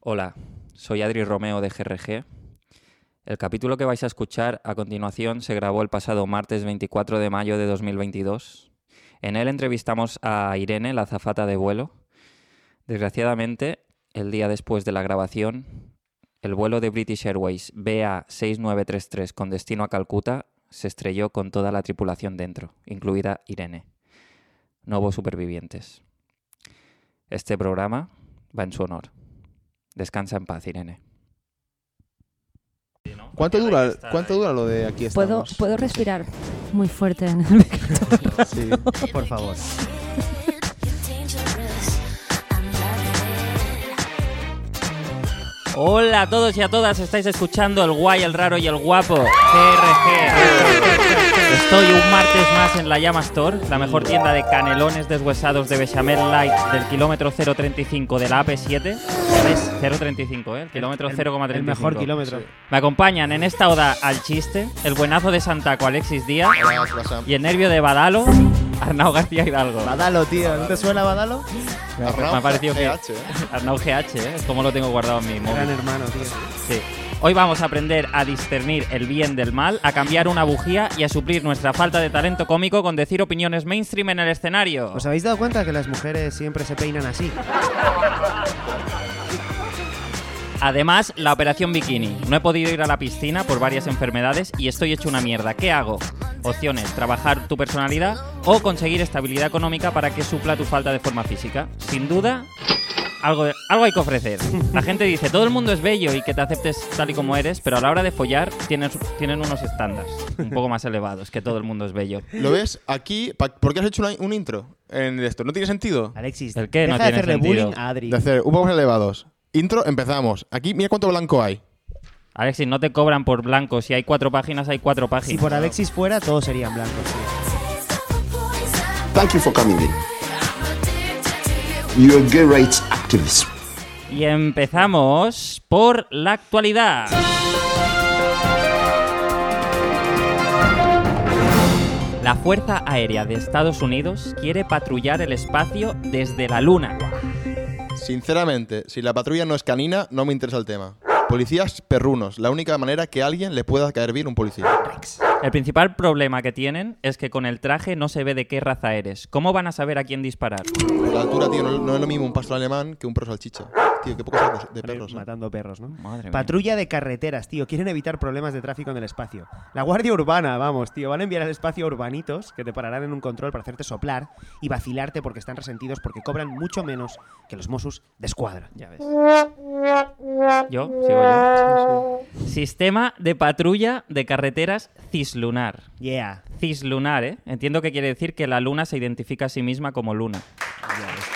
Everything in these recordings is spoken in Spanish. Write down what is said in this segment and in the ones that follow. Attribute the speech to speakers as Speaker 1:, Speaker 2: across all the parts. Speaker 1: Hola, soy Adri Romeo de GRG. El capítulo que vais a escuchar a continuación se grabó el pasado martes 24 de mayo de 2022. En él entrevistamos a Irene, la azafata de vuelo. Desgraciadamente, el día después de la grabación, el vuelo de British Airways BA6933 con destino a Calcuta se estrelló con toda la tripulación dentro, incluida Irene. No hubo supervivientes. Este programa va en su honor. Descansa en paz, Irene.
Speaker 2: ¿Cuánto dura, ¿cuánto dura lo de aquí
Speaker 3: ¿Puedo, Pues
Speaker 2: estamos?
Speaker 3: puedo respirar muy fuerte en el micro.
Speaker 2: Sí.
Speaker 4: Por favor.
Speaker 1: Hola a todos y a todas, estáis escuchando el guay, el raro y el guapo. GRG. Estoy un martes más en la Llama Store, la mejor tienda de canelones deshuesados de Bechamel Light del kilómetro 035 de la AP7. ¿Sabéis? 035, ¿eh? El kilómetro 0,35.
Speaker 4: El mejor kilómetro.
Speaker 1: Me acompañan en esta oda al chiste, el buenazo de Santaco Alexis Díaz y el nervio de Badalo, Arnau García Hidalgo.
Speaker 4: Badalo, tío. ¿No te suena Badalo?
Speaker 1: Me ha parecido que
Speaker 2: GH, ¿eh?
Speaker 1: Arnau GH, ¿eh? Es como lo tengo guardado en mi móvil.
Speaker 4: Gran hermano, tío.
Speaker 1: Sí. Hoy vamos a aprender a discernir el bien del mal, a cambiar una bujía y a suplir nuestra falta de talento cómico con decir opiniones mainstream en el escenario.
Speaker 4: ¿Os habéis dado cuenta que las mujeres siempre se peinan así?
Speaker 1: Además, la operación bikini. No he podido ir a la piscina por varias enfermedades y estoy hecho una mierda. ¿Qué hago? Opciones, trabajar tu personalidad o conseguir estabilidad económica para que supla tu falta de forma física. Sin duda, algo, algo hay que ofrecer. La gente dice, todo el mundo es bello y que te aceptes tal y como eres, pero a la hora de follar tienes, tienen unos estándares un poco más elevados, que todo el mundo es bello.
Speaker 2: ¿Lo ves? Aquí, pa- ¿por qué has hecho una- un intro en esto? ¿No tiene sentido?
Speaker 4: Alexis,
Speaker 1: ¿El qué?
Speaker 4: deja
Speaker 1: No
Speaker 4: de
Speaker 1: tiene
Speaker 4: hacerle
Speaker 1: sentido.
Speaker 4: bullying a Adri.
Speaker 2: De hacer un poco más elevados. Intro, empezamos. Aquí, mira cuánto blanco hay.
Speaker 1: Alexis, no te cobran por blanco. Si hay cuatro páginas, hay cuatro páginas.
Speaker 4: Si por Alexis fuera, todos serían blancos. tío.
Speaker 5: Thank you for coming in. You're a gay rights activist.
Speaker 1: Y empezamos por la actualidad. La Fuerza Aérea de Estados Unidos quiere patrullar el espacio desde la Luna.
Speaker 2: Sinceramente, si la patrulla no es canina, no me interesa el tema. Policías perrunos, la única manera que a alguien le pueda caer bien un policía.
Speaker 1: El principal problema que tienen es que con el traje no se ve de qué raza eres. ¿Cómo van a saber a quién disparar?
Speaker 2: La altura, tío, no, no es lo mismo un pastor alemán que un perro salchicha. Tío, qué pocos sacos de perros. ¿eh?
Speaker 4: Matando perros, ¿no?
Speaker 1: Madre mía.
Speaker 4: Patrulla de carreteras, tío. Quieren evitar problemas de tráfico en el espacio. La Guardia Urbana, vamos, tío. Van a enviar al espacio urbanitos que te pararán en un control para hacerte soplar y vacilarte porque están resentidos porque cobran mucho menos que los Mossos de escuadra.
Speaker 1: Ya ves. Yo, sigo yo. Sistema de patrulla de carreteras cislunar.
Speaker 4: Yeah.
Speaker 1: Cislunar, ¿eh? Entiendo que quiere decir que la luna se identifica a sí misma como luna.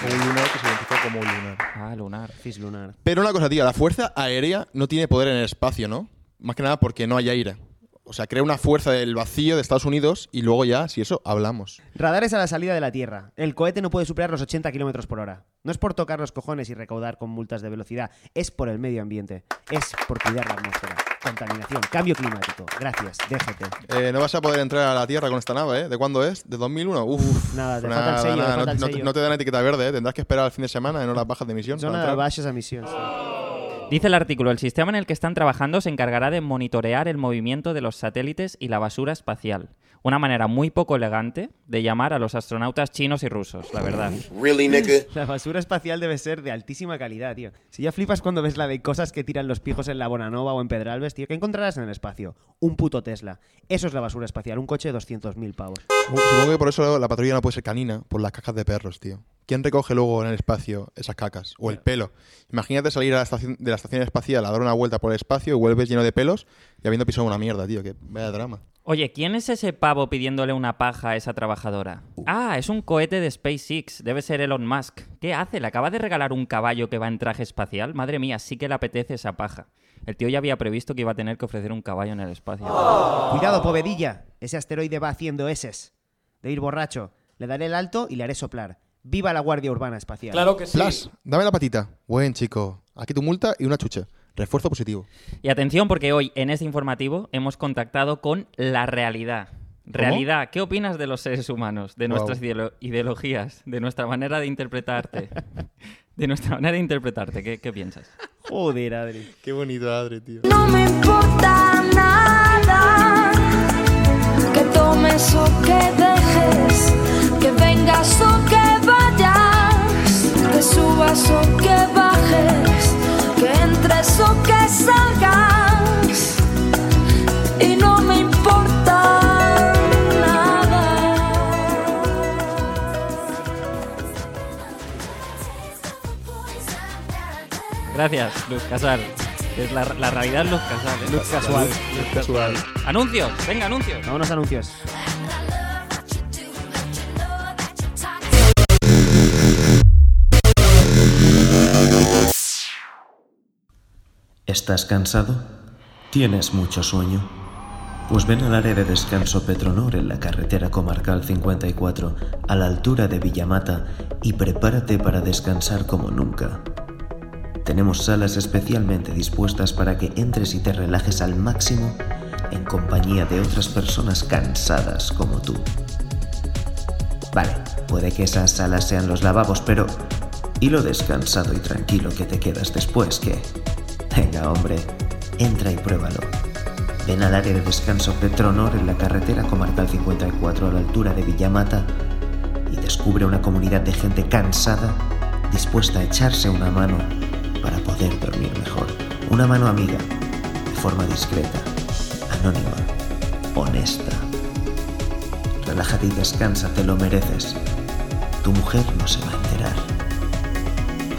Speaker 2: Un lunar que se identifica como lunar.
Speaker 1: Ah, lunar.
Speaker 4: Cis lunar.
Speaker 2: Pero una cosa, tío, la fuerza aérea no tiene poder en el espacio, ¿no? Más que nada porque no hay aire. O sea, crea una fuerza del vacío de Estados Unidos y luego ya, si eso, hablamos.
Speaker 4: Radares a la salida de la Tierra. El cohete no puede superar los 80 kilómetros por hora. No es por tocar los cojones y recaudar con multas de velocidad. Es por el medio ambiente. Es por cuidar la atmósfera. Contaminación. Cambio climático. Gracias. Déjate.
Speaker 2: Eh, no vas a poder entrar a la Tierra con esta nave, ¿eh? ¿De cuándo es? ¿De 2001? Uf,
Speaker 4: nada, te falta el sello, te
Speaker 2: nada,
Speaker 4: falta
Speaker 2: no,
Speaker 4: el
Speaker 2: no te-
Speaker 4: sello.
Speaker 2: no te dan etiqueta verde, ¿eh? Tendrás que esperar al fin de semana en horas bajas de emisión. para
Speaker 4: Zona de
Speaker 2: entrar.
Speaker 4: baixas emisiones.
Speaker 1: Dice el artículo, el sistema en el que están trabajando se encargará de monitorear el movimiento de los satélites y la basura espacial. Una manera muy poco elegante de llamar a los astronautas chinos y rusos, la verdad.
Speaker 5: Really, nigga?
Speaker 4: La basura espacial debe ser de altísima calidad, tío. Si ya flipas cuando ves la de cosas que tiran los pijos en la Bonanova o en Pedralbes, tío, ¿qué encontrarás en el espacio? Un puto Tesla. Eso es la basura espacial. Un coche de 200.000 pavos.
Speaker 2: Supongo que por eso la patrulla no puede ser canina, por las cajas de perros, tío. ¿Quién recoge luego en el espacio esas cacas? O el pelo. Imagínate salir a la estación, de la estación espacial a dar una vuelta por el espacio y vuelves lleno de pelos y habiendo pisado una mierda, tío. Que vaya drama.
Speaker 1: Oye, ¿quién es ese pavo pidiéndole una paja a esa trabajadora? Ah, es un cohete de SpaceX, debe ser Elon Musk. ¿Qué hace? ¿Le acaba de regalar un caballo que va en traje espacial? Madre mía, sí que le apetece esa paja. El tío ya había previsto que iba a tener que ofrecer un caballo en el espacio.
Speaker 4: Cuidado, povedilla. Ese asteroide va haciendo eses. De ir borracho. Le daré el alto y le haré soplar. Viva la Guardia Urbana Espacial.
Speaker 2: Flash, dame la patita. Buen chico. Aquí tu multa y una chuche. Refuerzo positivo.
Speaker 1: Y atención porque hoy en este informativo hemos contactado con la realidad. Realidad, ¿qué opinas de los seres humanos, de
Speaker 2: Guau.
Speaker 1: nuestras ideolo- ideologías, de nuestra manera de interpretarte? de nuestra manera de interpretarte, ¿qué, qué piensas?
Speaker 6: Joder, Adri.
Speaker 2: Qué bonito, Adri, tío.
Speaker 3: No me importa nada que tomes o que dejes, que vengas o que vayas, que subas o que bajes, que entres o que salgas. Y no me importa nada.
Speaker 1: Gracias, Luz Casal. Es la, la realidad es Luz Casal. ¿eh?
Speaker 6: Luz casual.
Speaker 2: Qué casual.
Speaker 1: Anuncios, venga, anuncios.
Speaker 6: Vámonos a anuncios.
Speaker 4: ¿Estás cansado? ¿Tienes mucho sueño? Pues ven al área de descanso Petronor en la carretera comarcal 54, a la altura de Villamata, y prepárate para descansar como nunca. Tenemos salas especialmente dispuestas para que entres y te relajes al máximo en compañía de otras personas cansadas como tú. Vale, puede que esas salas sean los lavabos, pero... Y lo descansado y tranquilo que te quedas después, que... Venga, hombre, entra y pruébalo. Ven al área de descanso Petronor en la carretera comarcal 54 a la altura de Villamata y descubre una comunidad de gente cansada dispuesta a echarse una mano para poder dormir mejor. Una mano amiga, de forma discreta, anónima, honesta. Relájate y descansa, te lo mereces. Tu mujer no se va a enterar.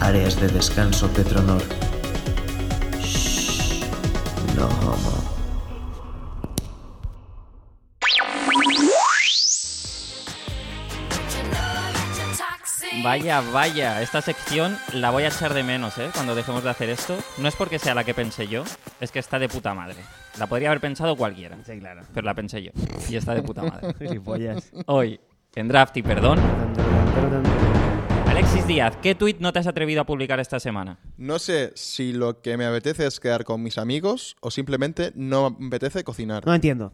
Speaker 4: Áreas de descanso Petronor. Shh. No homo.
Speaker 1: Vaya, vaya, esta sección la voy a echar de menos, ¿eh? Cuando dejemos de hacer esto. No es porque sea la que pensé yo, es que está de puta madre. La podría haber pensado cualquiera,
Speaker 6: Sí, claro.
Speaker 1: pero la pensé yo. Y está de puta madre.
Speaker 6: Gilipollas.
Speaker 1: Hoy, en Draft y Perdón, Alexis Díaz, ¿qué tweet no te has atrevido a publicar esta semana?
Speaker 2: No sé si lo que me apetece es quedar con mis amigos o simplemente no me apetece cocinar.
Speaker 6: No entiendo.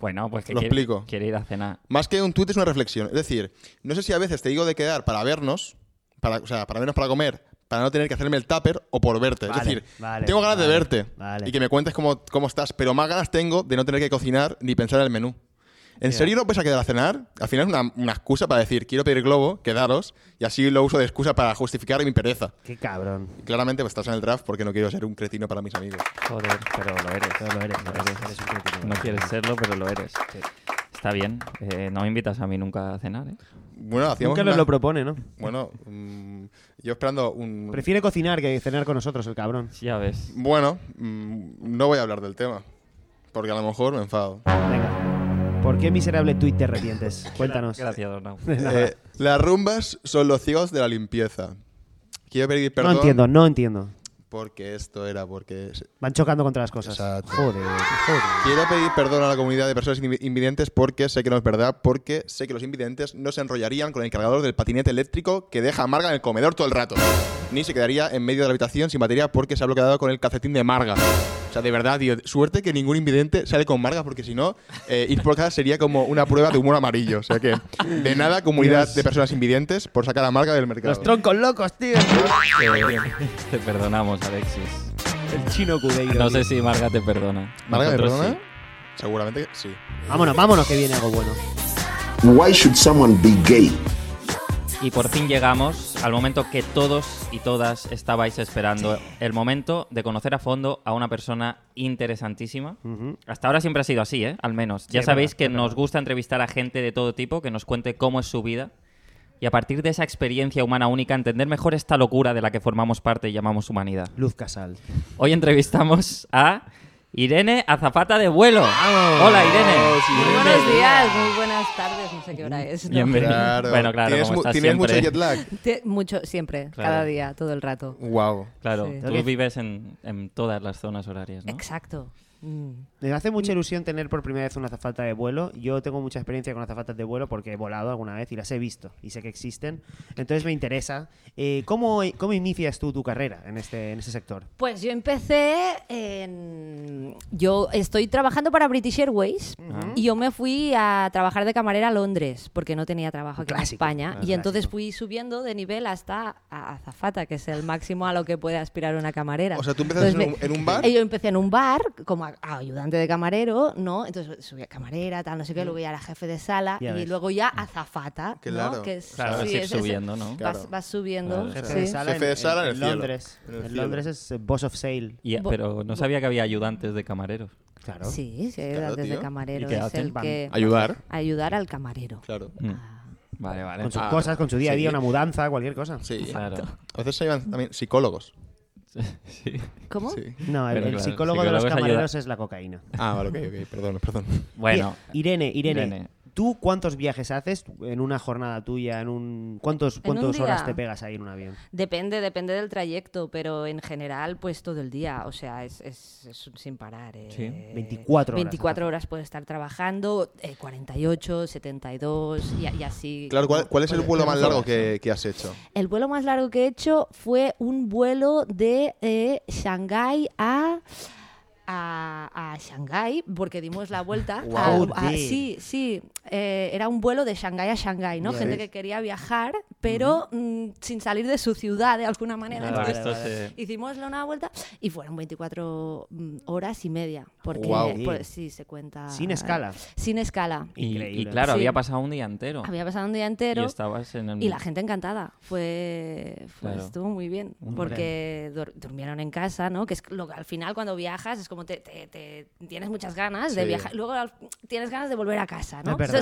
Speaker 1: Bueno, pues que
Speaker 2: Lo
Speaker 1: quiere,
Speaker 2: explico.
Speaker 1: quiere ir a cenar.
Speaker 2: Más que un tuit es una reflexión. Es decir, no sé si a veces te digo de quedar para vernos, para, o sea, para vernos para comer, para no tener que hacerme el tupper o por verte. es
Speaker 6: Vale,
Speaker 2: decir,
Speaker 6: vale,
Speaker 2: tengo ganas
Speaker 6: vale,
Speaker 2: de verte
Speaker 6: vale.
Speaker 2: y que me cuentes cómo, cómo estás, pero más ganas tengo de no tener que cocinar ni pensar en el menú. ¿En serio no vais a quedar a cenar? Al final es una, una excusa para decir, quiero pedir globo, quedaros, y así lo uso de excusa para justificar mi pereza.
Speaker 6: Qué cabrón.
Speaker 2: Y claramente pues, estás en el draft porque no quiero ser un cretino para mis amigos.
Speaker 1: Joder, pero lo eres.
Speaker 6: No lo eres, no lo eres. Eres un crítico.
Speaker 1: No quieres serlo, pero lo eres. Está bien. Eh, no me invitas a mí nunca a cenar, ¿eh?
Speaker 2: Bueno, hacíamos
Speaker 6: Nunca nos
Speaker 2: una-
Speaker 6: lo propone, ¿no?
Speaker 2: Bueno, mm, yo esperando un...
Speaker 6: Prefiere cocinar que cenar con nosotros, el cabrón.
Speaker 1: Sí, ya ves.
Speaker 2: Bueno, mm, no voy a hablar del tema, porque a lo mejor me enfado.
Speaker 6: Venga. ¿Por qué miserable tuit te arrepientes? Cuéntanos.
Speaker 1: Gracias, Dornau.
Speaker 2: Eh, las rumbas son los ciegos de la limpieza. Quiero pedir perdón
Speaker 6: No entiendo, no entiendo.
Speaker 2: porque esto era porque... se-
Speaker 6: Van chocando contra las cosas.
Speaker 2: Exacto.
Speaker 6: Joder, joder.
Speaker 2: Quiero pedir perdón a la comunidad de personas invi- invidentes porque sé que no es verdad, porque sé que los invidentes no se enrollarían con el cargador del patinete eléctrico que deja a Marga en el comedor todo el rato. Ni se quedaría en medio de la habitación sin batería porque se ha bloqueado con el calcetín de Marga. O sea, de verdad, tío, suerte que ningún invidente sale con Marga porque si no, eh, ir por casa sería como una prueba de humor amarillo. O sea que, de nada, comunidad de personas invidentes por sacar a Marga del mercado.
Speaker 6: Los troncos locos, tío.
Speaker 1: Te perdonamos, Alexis.
Speaker 6: El chino cudeiro.
Speaker 1: No
Speaker 6: tío.
Speaker 1: sé si Marga te perdona.
Speaker 2: ¿Marga me
Speaker 1: Nosotros
Speaker 2: perdona?
Speaker 1: sí.
Speaker 2: Seguramente que sí.
Speaker 6: Vámonos, vámonos que viene algo bueno.
Speaker 5: Why should someone be gay?
Speaker 1: Y por fin llegamos al momento que todos y todas estabais esperando. El momento de conocer a fondo a una persona interesantísima. Hasta ahora siempre ha sido así, ¿eh? Al menos. Ya
Speaker 6: es
Speaker 1: sabéis
Speaker 6: verdad,
Speaker 1: que
Speaker 6: es verdad.
Speaker 1: nos gusta entrevistar a gente de todo tipo, que nos cuente cómo es su vida. Y a partir de esa experiencia humana única, entender mejor esta locura de la que formamos parte y llamamos humanidad.
Speaker 6: Luz Casal.
Speaker 1: Hoy entrevistamos a Irene Azafata de Vuelo. Hola, Irene.
Speaker 7: Muy buenos días, muy buenas tardes, no sé qué hora es. ¿no?
Speaker 1: Bienvenida.
Speaker 2: Claro.
Speaker 1: Bueno, claro,
Speaker 2: ¿Tienes,
Speaker 1: como
Speaker 2: mu-
Speaker 1: estás
Speaker 2: tienes mucho
Speaker 1: siempre.
Speaker 2: jet lag?
Speaker 7: Te- mucho, siempre,
Speaker 1: Claro.
Speaker 7: cada día, todo el rato.
Speaker 2: Wow.
Speaker 1: Claro,
Speaker 7: Sí.
Speaker 1: tú
Speaker 6: Creo que-
Speaker 1: vives en, en todas las zonas horarias, ¿no?
Speaker 7: Exacto.
Speaker 3: Mm.
Speaker 4: Me hace mucha ilusión tener por primera vez una azafata de vuelo. Yo tengo mucha experiencia con azafatas de vuelo porque he volado alguna vez y las he visto y sé que existen. Entonces me interesa. eh, ¿cómo, ¿Cómo inicias tú tu carrera en este, en este sector?
Speaker 3: Pues yo empecé en... Yo estoy trabajando para British Airways y yo me fui a trabajar de camarera a Londres porque no tenía trabajo aquí
Speaker 4: Clásico,
Speaker 3: en España.
Speaker 4: claro,
Speaker 3: Y entonces
Speaker 4: clásico.
Speaker 3: fui subiendo de nivel hasta a azafata, que es el máximo a lo que puede aspirar una camarera.
Speaker 2: O sea, tú empezaste
Speaker 3: Entonces
Speaker 2: en,
Speaker 3: me-
Speaker 2: un, en un bar.
Speaker 3: eh, Yo empecé en un bar como a- a ayudante de camarero, ¿no? Entonces subí a camarera, tal, no sé qué, luego ya era jefe de sala
Speaker 4: Ya
Speaker 3: y
Speaker 4: ves.
Speaker 3: luego ya azafata,
Speaker 2: Qué
Speaker 3: ¿no?
Speaker 2: claro.
Speaker 3: Que es,
Speaker 1: Claro, es ir
Speaker 3: es-
Speaker 1: subiendo, ¿no?
Speaker 3: Vas,
Speaker 2: Claro.
Speaker 3: vas subiendo.
Speaker 1: Claro,
Speaker 4: Jefe
Speaker 3: sí.
Speaker 4: de sala,
Speaker 2: Jefe de
Speaker 4: en,
Speaker 2: sala
Speaker 4: en
Speaker 2: en el cielo.
Speaker 4: Londres.
Speaker 2: En el
Speaker 4: En
Speaker 2: cielo.
Speaker 4: Londres es eh, Boss of Sale.
Speaker 1: Y-
Speaker 3: Bo-
Speaker 1: pero no sabía que había ayudantes de camareros.
Speaker 4: Claro.
Speaker 3: Sí, sí,
Speaker 2: Claro,
Speaker 3: ayudantes de
Speaker 2: tío.
Speaker 1: ¿Y
Speaker 3: camarero.
Speaker 1: qué
Speaker 3: Es
Speaker 1: hacen?
Speaker 3: el
Speaker 4: Van-
Speaker 3: que
Speaker 2: Ayudar.
Speaker 3: ayudar al camarero.
Speaker 2: Claro.
Speaker 1: Mm. Vale, vale.
Speaker 4: Con sus
Speaker 2: Ah,
Speaker 4: cosas, con su día a día,
Speaker 2: sí.
Speaker 4: una mudanza, cualquier cosa.
Speaker 2: Sí.
Speaker 1: Claro.
Speaker 2: A veces se llaman también psicólogos.
Speaker 1: Sí.
Speaker 3: ¿Cómo?
Speaker 2: Sí.
Speaker 4: No, el,
Speaker 1: Pero
Speaker 4: el
Speaker 1: claro,
Speaker 4: psicólogo de
Speaker 1: psicólogo
Speaker 4: los
Speaker 1: es ayuda-
Speaker 4: camareros es la cocaína.
Speaker 2: Ah, vale, ok, ok. Perdón, perdón.
Speaker 1: Bueno,
Speaker 4: Bien, Irene, Irene,
Speaker 1: Irene.
Speaker 4: ¿tú cuántos viajes haces en una jornada tuya? En un cuántos
Speaker 3: un
Speaker 4: cuántas
Speaker 3: día.
Speaker 4: horas te pegas ahí en un avión?
Speaker 3: Depende, depende del trayecto, pero en general, pues todo el día. O sea, es, es- es un- sin parar. eh.
Speaker 1: Sí.
Speaker 4: 24 horas,
Speaker 3: 24 horas puedo estar trabajando, eh, 48, 72 y, a- y así.
Speaker 2: Claro, ¿cuál, cuál es el
Speaker 3: Pues,
Speaker 2: vuelo más
Speaker 3: tenemos
Speaker 2: largo
Speaker 3: horas.
Speaker 2: que, que has hecho?
Speaker 3: El vuelo más largo que he hecho fue un vuelo de eh, Shanghái a, a, a Shanghái, porque dimos la vuelta.
Speaker 4: Wow,
Speaker 3: a- a-
Speaker 4: dude.
Speaker 3: sí, sí. eh, era un vuelo de Shanghái a Shanghái, ¿no?
Speaker 4: Ya
Speaker 3: Gente
Speaker 4: ves.
Speaker 3: que quería viajar, pero mm, sin salir de su ciudad de alguna manera.
Speaker 1: nada,
Speaker 3: Entonces,
Speaker 1: esto se-
Speaker 3: Hicimos una vuelta y fueron 24 mm, horas y media, porque
Speaker 2: Guau.
Speaker 3: por- sí, se cuenta.
Speaker 4: Sin escala.
Speaker 3: Sin escala.
Speaker 1: y, y
Speaker 4: Increíble.
Speaker 1: claro,
Speaker 3: Sí.
Speaker 1: había pasado un día entero.
Speaker 3: Había pasado un día entero.
Speaker 1: y estabas en el...
Speaker 3: Y la gente encantada, fue, fue-
Speaker 1: Mm. Claro.
Speaker 3: estuvo muy bien,
Speaker 1: Hombre.
Speaker 3: porque dur- durmieron en casa, ¿no? Que es lo que al final cuando viajas es como te, te- te- tienes muchas ganas de
Speaker 2: Sí.
Speaker 3: viajar, luego al- tienes ganas de volver a casa, ¿no?
Speaker 4: Es verdad.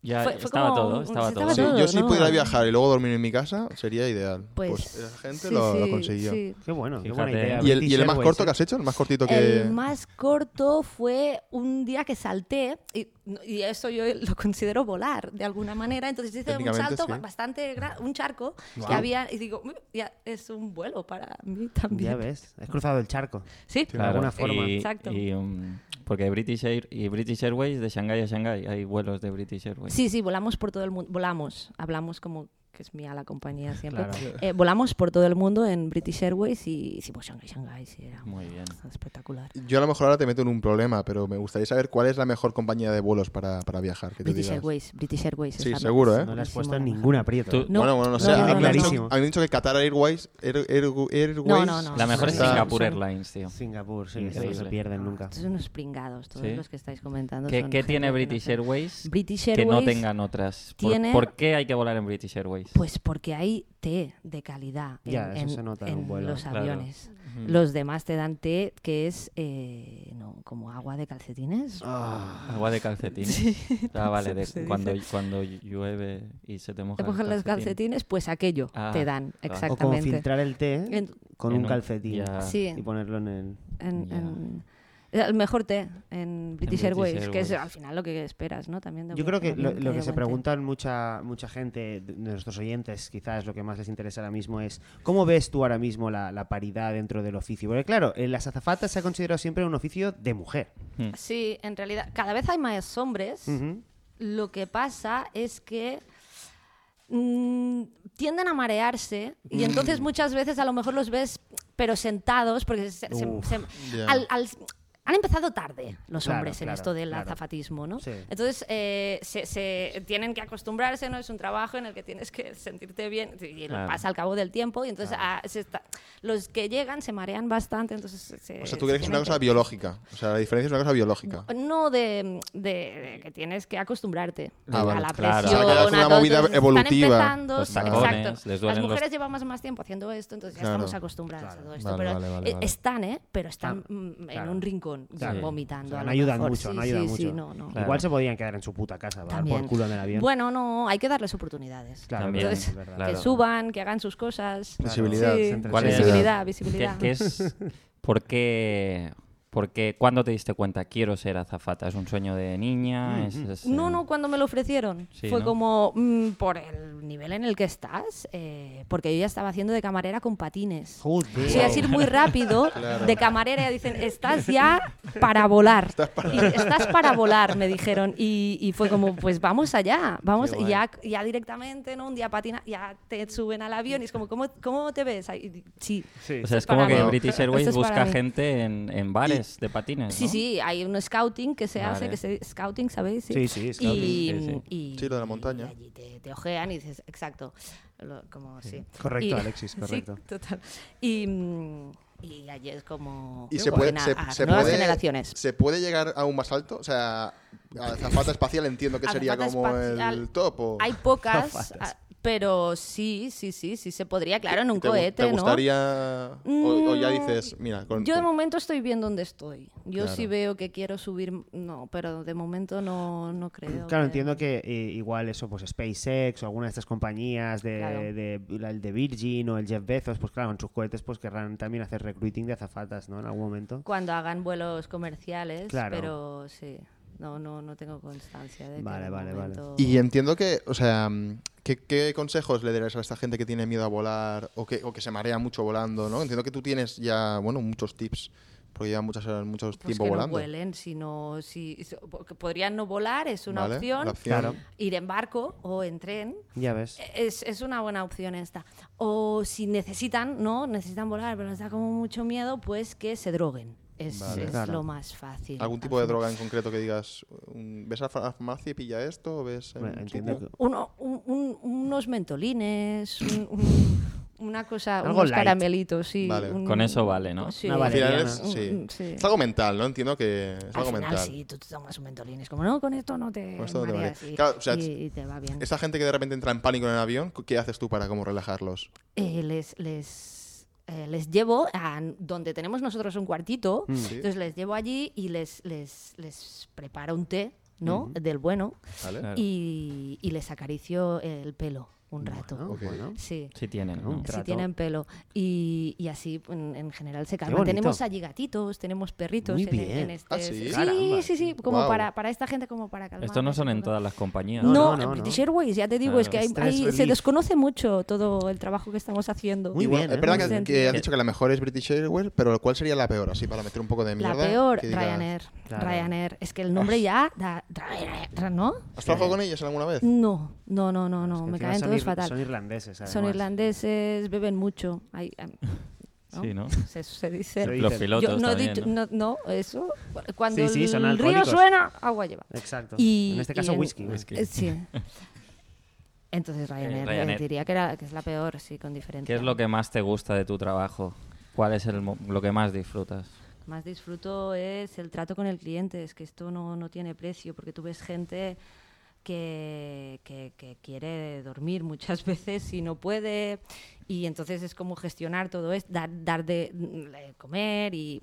Speaker 1: Ya
Speaker 3: fue- fue
Speaker 1: estaba
Speaker 3: como
Speaker 1: todo,
Speaker 3: un-
Speaker 1: estaba
Speaker 3: se
Speaker 1: todo.
Speaker 3: estaba
Speaker 2: Sí,
Speaker 3: todo.
Speaker 2: yo Eh, si
Speaker 3: ¿no?
Speaker 2: pudiera viajar y luego dormir en mi casa sería ideal.
Speaker 3: pues,
Speaker 2: Pues, la gente
Speaker 3: sí,
Speaker 2: lo, lo
Speaker 3: sí,
Speaker 2: consiguió.
Speaker 3: sí.
Speaker 4: Qué bueno, qué
Speaker 1: Fíjate.
Speaker 4: buena idea.
Speaker 2: ¿Y el,
Speaker 4: British
Speaker 2: y el más
Speaker 4: Airways,
Speaker 2: corto
Speaker 4: ¿eh?
Speaker 2: que has hecho? ¿El más cortito que...?
Speaker 3: El más corto fue un día que salté, y, y eso yo lo considero volar de alguna manera. Entonces hice un
Speaker 2: Técnicamente,
Speaker 3: salto
Speaker 2: sí.
Speaker 3: ba- bastante, gra- un charco,
Speaker 4: Guau.
Speaker 3: que había, y digo, "Mm, ya es un vuelo para mí también.
Speaker 4: Ya ves, has cruzado el charco.
Speaker 3: Sí,
Speaker 4: de alguna forma.
Speaker 1: Y,
Speaker 3: Exacto.
Speaker 1: y, um, porque British, Air, y British Airways de Shanghái a Shanghái hay vuelos de British Airways.
Speaker 3: Sí, sí, volamos por todo el mundo. Volamos, hablamos como que es mía la compañía siempre.
Speaker 4: Claro.
Speaker 3: Eh, volamos por todo el mundo en British Airways y hicimos Shanghai, Shanghai, sí, era
Speaker 1: Muy bien.
Speaker 3: espectacular.
Speaker 2: Yo a lo mejor ahora te meto en un problema, pero me gustaría saber cuál es la mejor compañía de vuelos para, para viajar. Que tú
Speaker 3: British
Speaker 2: digas.
Speaker 3: Airways, British Airways.
Speaker 2: Sí,
Speaker 3: esa
Speaker 2: seguro, ¿eh?
Speaker 4: No le
Speaker 3: buenísima,
Speaker 4: has puesto
Speaker 3: la
Speaker 4: en
Speaker 3: mejor.
Speaker 4: ningún aprieto.
Speaker 1: Tú-
Speaker 3: No,
Speaker 2: bueno, bueno, no
Speaker 3: no,
Speaker 2: sé.
Speaker 3: no,
Speaker 2: a mí
Speaker 3: no,
Speaker 2: me han dicho-
Speaker 4: clarísimo.
Speaker 2: a mí me han dicho que Qatar Airways, Air- Air- Airways
Speaker 3: No, no, no.
Speaker 1: La mejor es
Speaker 3: Está-
Speaker 1: Singapore
Speaker 3: son-
Speaker 1: Airlines, tío.
Speaker 4: Singapur, sí, eso no se
Speaker 1: Increíble.
Speaker 4: pierden nunca.
Speaker 3: Estos son unos pringados, todos
Speaker 1: Sí.
Speaker 3: los que estáis comentando.
Speaker 1: ¿Qué,
Speaker 3: son
Speaker 1: qué tiene
Speaker 3: gente que no
Speaker 1: British
Speaker 3: sé.
Speaker 1: Airways
Speaker 3: British
Speaker 1: que no
Speaker 3: Airways
Speaker 1: tengan otras? ¿Por,
Speaker 3: tiene-
Speaker 1: por qué hay que volar en British Airways?
Speaker 3: Pues porque hay té de calidad en,
Speaker 4: Ya, eso
Speaker 3: en-
Speaker 4: se nota en un
Speaker 3: en
Speaker 4: vuelo,
Speaker 3: los
Speaker 1: claro.
Speaker 3: aviones. Los demás te dan té que es eh, no, como agua de calcetines.
Speaker 4: Ah,
Speaker 1: Agua de calcetines. Ah, vale, de
Speaker 3: pues, se dice.
Speaker 1: cuando, cuando llueve y se te moja
Speaker 3: te cogen los calcetines, pues aquello
Speaker 1: Ah,
Speaker 3: te dan,
Speaker 1: claro.
Speaker 4: O como
Speaker 3: exactamente.
Speaker 4: filtrar el té
Speaker 3: En-
Speaker 4: con
Speaker 1: En
Speaker 4: un
Speaker 1: un-
Speaker 4: calcetín
Speaker 1: ya.
Speaker 3: Sí.
Speaker 4: y ponerlo en el...
Speaker 3: en-
Speaker 1: Ya.
Speaker 3: en- el mejor té en British,
Speaker 1: British
Speaker 3: Airways, que es
Speaker 1: Airways.
Speaker 3: al final lo que esperas, ¿no? También de
Speaker 4: Yo creo que
Speaker 3: un
Speaker 4: lo,
Speaker 3: avión
Speaker 4: lo que
Speaker 3: haya
Speaker 4: se
Speaker 3: buen té.
Speaker 4: preguntan mucha, mucha gente, de nuestros oyentes, quizás lo que más les interesa ahora mismo es ¿cómo ves tú ahora mismo la, la paridad dentro del oficio? Porque claro, eh, las azafatas se ha considerado siempre un oficio de mujer.
Speaker 3: Sí, en realidad, cada vez hay más hombres.
Speaker 4: Ujú.
Speaker 3: Lo que pasa es que mm, tienden a marearse
Speaker 4: Mm.
Speaker 3: y entonces muchas veces a lo mejor los ves pero sentados porque se- se-
Speaker 4: Uf,
Speaker 3: se-
Speaker 2: ya.
Speaker 3: al- al- han empezado tarde los
Speaker 4: Claro,
Speaker 3: hombres en
Speaker 4: claro,
Speaker 3: esto del
Speaker 4: claro.
Speaker 3: azafatismo, ¿no?
Speaker 4: Sí.
Speaker 3: Entonces eh, se, se tienen que acostumbrarse, ¿no? Es un trabajo en el que tienes que sentirte bien y lo
Speaker 1: Claro.
Speaker 3: pasa al cabo del tiempo y entonces ah, se está- los que llegan se marean bastante, entonces se- se...
Speaker 2: O sea, tú
Speaker 3: se
Speaker 2: crees que es una
Speaker 3: tienen
Speaker 2: cosa biológica. O sea, la diferencia es una cosa biológica.
Speaker 3: no de, de- de que tienes que acostumbrarte
Speaker 2: Ah,
Speaker 3: a
Speaker 2: vale,
Speaker 3: la
Speaker 1: claro. O
Speaker 3: presión.
Speaker 1: sea, que
Speaker 2: es una
Speaker 3: a todo,
Speaker 2: movida
Speaker 3: entonces,
Speaker 2: evolutiva. Pues
Speaker 3: Están empezando,
Speaker 1: Los
Speaker 3: sí,
Speaker 1: tacones,
Speaker 3: exacto.
Speaker 1: les duelen
Speaker 3: Las mujeres
Speaker 1: los-
Speaker 3: llevamos más tiempo haciendo esto, entonces ya
Speaker 2: Claro.
Speaker 3: estamos acostumbradas a todo esto.
Speaker 2: Vale,
Speaker 3: pero
Speaker 2: vale, vale,
Speaker 3: eh,
Speaker 2: vale.
Speaker 3: están, ¿eh? Pero están
Speaker 4: Ah,
Speaker 3: mm, en
Speaker 4: claro.
Speaker 3: un rincón
Speaker 4: Claro.
Speaker 3: vomitando.
Speaker 4: O sea,
Speaker 3: a
Speaker 4: no
Speaker 3: lo
Speaker 4: ayudan
Speaker 3: mejor.
Speaker 4: mucho,
Speaker 3: Sí,
Speaker 4: no ayudan
Speaker 3: sí,
Speaker 4: mucho.
Speaker 3: sí, no, no.
Speaker 1: Claro.
Speaker 4: Igual se podían quedar en su puta casa, ¿verdad?
Speaker 3: También.
Speaker 4: por culo en el avión.
Speaker 3: Bueno, no, hay que darles oportunidades.
Speaker 4: Claro,
Speaker 1: También,
Speaker 4: es
Speaker 3: Entonces,
Speaker 4: verdad.
Speaker 1: claro.
Speaker 3: Que suban, que hagan sus cosas.
Speaker 2: Visibilidad.
Speaker 3: Sí.
Speaker 4: se entretienen.
Speaker 1: ¿Cuál es?
Speaker 3: Visibilidad,
Speaker 1: ¿Qué,
Speaker 3: visibilidad.
Speaker 1: qué es, ¿Por qué, Porque cuando te diste cuenta, quiero ser azafata, es un sueño de
Speaker 4: Mm,
Speaker 1: niña, ¿Es- es,
Speaker 3: No,
Speaker 1: eh,
Speaker 3: no, cuando me lo ofrecieron.
Speaker 1: Sí,
Speaker 3: Fue
Speaker 1: ¿no?
Speaker 3: como, mm, por el nivel en el que estás, eh, porque yo ya estaba haciendo de camarera con patines.
Speaker 4: Joder.
Speaker 3: Si vas a ir muy rápido, de camarera ya dicen, estás ya para volar. Y Estás para, volar, me dijeron. Y, y fue como, pues vamos allá, vamos, y ya, ya directamente, ¿no? Un día patina, ya te suben al avión y es como, ¿cómo, cómo te ves? Ahí, y- sí.
Speaker 4: Sí.
Speaker 1: O sea, es
Speaker 3: para
Speaker 1: como que
Speaker 3: mí.
Speaker 1: British
Speaker 3: Esto
Speaker 1: Airways
Speaker 3: es para
Speaker 1: busca
Speaker 3: mí.
Speaker 1: gente en, en bares de patines.
Speaker 3: Sí,
Speaker 1: ¿no?
Speaker 3: sí, hay un scouting que se hace,
Speaker 1: Vale.
Speaker 3: que se scouting, ¿sabéis?
Speaker 4: Sí, sí, scouting,
Speaker 3: Y,
Speaker 1: sí,
Speaker 3: y-
Speaker 2: Sí, lo de la
Speaker 3: y
Speaker 2: montaña.
Speaker 3: allí te, te ojean y dices, exacto, lo- como sí.
Speaker 4: Correcto,
Speaker 3: Y-
Speaker 4: Alexis,
Speaker 3: sí,
Speaker 4: correcto.
Speaker 3: total. Y, mm, y allí es como...
Speaker 2: Y se
Speaker 3: cogen
Speaker 2: puede,
Speaker 3: a-
Speaker 2: se,
Speaker 3: a
Speaker 2: se
Speaker 3: nuevas
Speaker 2: puede-
Speaker 3: generaciones.
Speaker 2: ¿Se puede llegar aún más alto? O sea, azafata espacial entiendo que sería
Speaker 3: Azafata
Speaker 2: como el
Speaker 3: espacial.
Speaker 2: top. O
Speaker 3: Hay pocas, a- pero sí, sí, sí, sí se podría, claro, en un
Speaker 2: ¿Te, gu-
Speaker 3: cohete,
Speaker 2: ¿Te
Speaker 3: ¿no?
Speaker 2: gustaría...? O, o ya
Speaker 3: Mm,
Speaker 2: dices, mira, con...
Speaker 3: Yo de
Speaker 2: con-
Speaker 3: momento estoy bien donde estoy. Yo sí
Speaker 2: Claro.
Speaker 3: veo que quiero subir, no, pero de momento no, no creo.
Speaker 4: Claro, entiendo que eh, igual eso, pues SpaceX o alguna de estas compañías de,
Speaker 3: Claro.
Speaker 4: de- la- el de Virgin o el Jeff Bezos, pues claro, en sus cohetes pues querrán también hacer recruiting de azafatas, ¿no? En algún momento.
Speaker 3: cuando hagan vuelos comerciales,
Speaker 4: Claro.
Speaker 3: pero sí, no, no, no tengo constancia de que
Speaker 4: Vale,
Speaker 3: de
Speaker 4: vale, vale.
Speaker 3: momento-
Speaker 2: Y entiendo que, o sea, mm, ¿qué, qué consejos le darías a esta gente que tiene miedo a volar o que, o que se marea mucho volando, no? Entiendo que tú tienes ya, bueno, muchos tips, porque llevan muchas horas, mucho
Speaker 3: Pues
Speaker 2: tiempo
Speaker 3: que no
Speaker 2: volando.
Speaker 3: vuelen, sino si so- porque podrían no volar, es una
Speaker 2: ¿Vale?
Speaker 3: opción.
Speaker 2: La opción.
Speaker 4: Claro.
Speaker 3: Ir en barco o en tren.
Speaker 4: Ya ves.
Speaker 3: Es, es una buena opción esta. O si necesitan, ¿no? Necesitan volar, pero les da como mucho miedo, pues que se droguen. Es,
Speaker 2: Vale.
Speaker 3: es
Speaker 4: Claro.
Speaker 3: lo más fácil.
Speaker 2: ¿Algún tipo de droga en concreto que digas, mm, ves a la fa- farmacia y pilla esto? o ¿Ves en
Speaker 4: Bueno,
Speaker 2: un
Speaker 4: entiendo
Speaker 2: sitio?
Speaker 4: que-
Speaker 3: Uno- un- un- unos mentolines, un- un- una cosa,
Speaker 4: Algo
Speaker 3: unos
Speaker 4: light.
Speaker 3: caramelitos, sí.
Speaker 2: Vale.
Speaker 3: un-
Speaker 1: Con eso vale, ¿no?
Speaker 3: sí.
Speaker 4: Una
Speaker 2: Al final es,
Speaker 4: Valeriana.
Speaker 2: sí.
Speaker 3: Mm, sí.
Speaker 2: es algo mental, ¿no? Entiendo que es
Speaker 3: Al
Speaker 2: algo
Speaker 3: final,
Speaker 2: mental.
Speaker 3: sí, tú te tomas un mentolín. Es como, no, con esto no te
Speaker 2: Con esto no te
Speaker 3: mareas.
Speaker 2: mareas.
Speaker 3: y,
Speaker 2: Claro, o sea,
Speaker 3: y- y te va bien.
Speaker 2: Esta gente que de repente entra en pánico en el avión, ¿qué haces tú para como relajarlos?
Speaker 3: Eh, les, les, eh, les llevo a n- donde tenemos nosotros un cuartito.
Speaker 2: Mm. Sí.
Speaker 3: Entonces les llevo allí y les, les, les preparo un té, ¿no? Del bueno.
Speaker 2: ¿Vale?
Speaker 1: Claro.
Speaker 3: Y, y les acaricio el pelo un rato.
Speaker 4: Bueno,
Speaker 2: Ok.
Speaker 4: bueno.
Speaker 3: Sí.
Speaker 1: Sí tienen, ¿no?
Speaker 4: Un
Speaker 3: Si
Speaker 4: trato.
Speaker 3: tienen pelo. Y, y así en, en general se calman.
Speaker 4: bonito.
Speaker 3: Tenemos allí gatitos, tenemos perritos
Speaker 4: Muy
Speaker 3: en- en,
Speaker 4: bien.
Speaker 3: este.
Speaker 2: Ah, ¿sí?
Speaker 4: Caramba.
Speaker 3: sí, sí, sí, Como
Speaker 2: Guau.
Speaker 3: para, para esta gente, como para calmar.
Speaker 1: Estos no son en todas las compañías.
Speaker 3: No,
Speaker 4: No,
Speaker 3: no,
Speaker 4: no, no, Ah,
Speaker 3: British
Speaker 4: no.
Speaker 3: Airways, ya te digo,
Speaker 1: Claro.
Speaker 3: es que hay-
Speaker 4: Stress
Speaker 3: hay- se
Speaker 4: relief.
Speaker 3: desconoce mucho todo el trabajo que estamos haciendo.
Speaker 4: Muy
Speaker 2: Y bueno,
Speaker 4: bien, ¿eh?
Speaker 2: Es verdad
Speaker 3: Muy
Speaker 2: que,
Speaker 3: bien.
Speaker 2: que has dicho que la mejor es British Airways, pero ¿cuál sería la peor? Así para meter un poco de
Speaker 3: La
Speaker 2: mierda.
Speaker 3: peor,
Speaker 2: que digas-
Speaker 3: Ryanair.
Speaker 4: Claro.
Speaker 3: Ryanair. Es que el nombre ya da. Ryanair, ¿No?
Speaker 2: ¿Has trabajado con ellos alguna vez?
Speaker 3: No, no, no, no, no.
Speaker 4: Que
Speaker 3: Me
Speaker 4: encima
Speaker 3: caen
Speaker 4: son
Speaker 3: todos
Speaker 4: ir-
Speaker 3: fatal.
Speaker 4: Son irlandeses,
Speaker 3: Son
Speaker 4: además.
Speaker 3: irlandeses, beben mucho. Ay, am- ¿no?
Speaker 1: Sí, ¿no?
Speaker 3: Se, se dice.
Speaker 4: Se
Speaker 1: Los
Speaker 4: Dicen.
Speaker 1: pilotos
Speaker 3: Yo no, he
Speaker 1: también,
Speaker 3: dicho-
Speaker 1: ¿no?
Speaker 3: no, no, eso. Cuando
Speaker 4: Sí, sí, son
Speaker 3: el río
Speaker 4: alcohólicos.
Speaker 3: suena, agua lleva.
Speaker 4: Exacto.
Speaker 3: Y-
Speaker 4: en este
Speaker 3: y
Speaker 4: caso,
Speaker 3: en-
Speaker 4: whisky.
Speaker 1: Whisky.
Speaker 3: Eh, Sí. Entonces Ryanair, eh,
Speaker 1: Ryanair.
Speaker 3: diría que, era, que es la peor, sí, con diferencia.
Speaker 1: ¿Qué es lo que más te gusta de tu trabajo? ¿Cuál es el mo- lo que más disfrutas?
Speaker 3: más disfruto es el trato con el cliente, es que esto no, no tiene precio, porque tú ves gente que, que- que quiere dormir muchas veces y no puede, y entonces es como gestionar todo esto, dar, dar de mm, eh, comer y...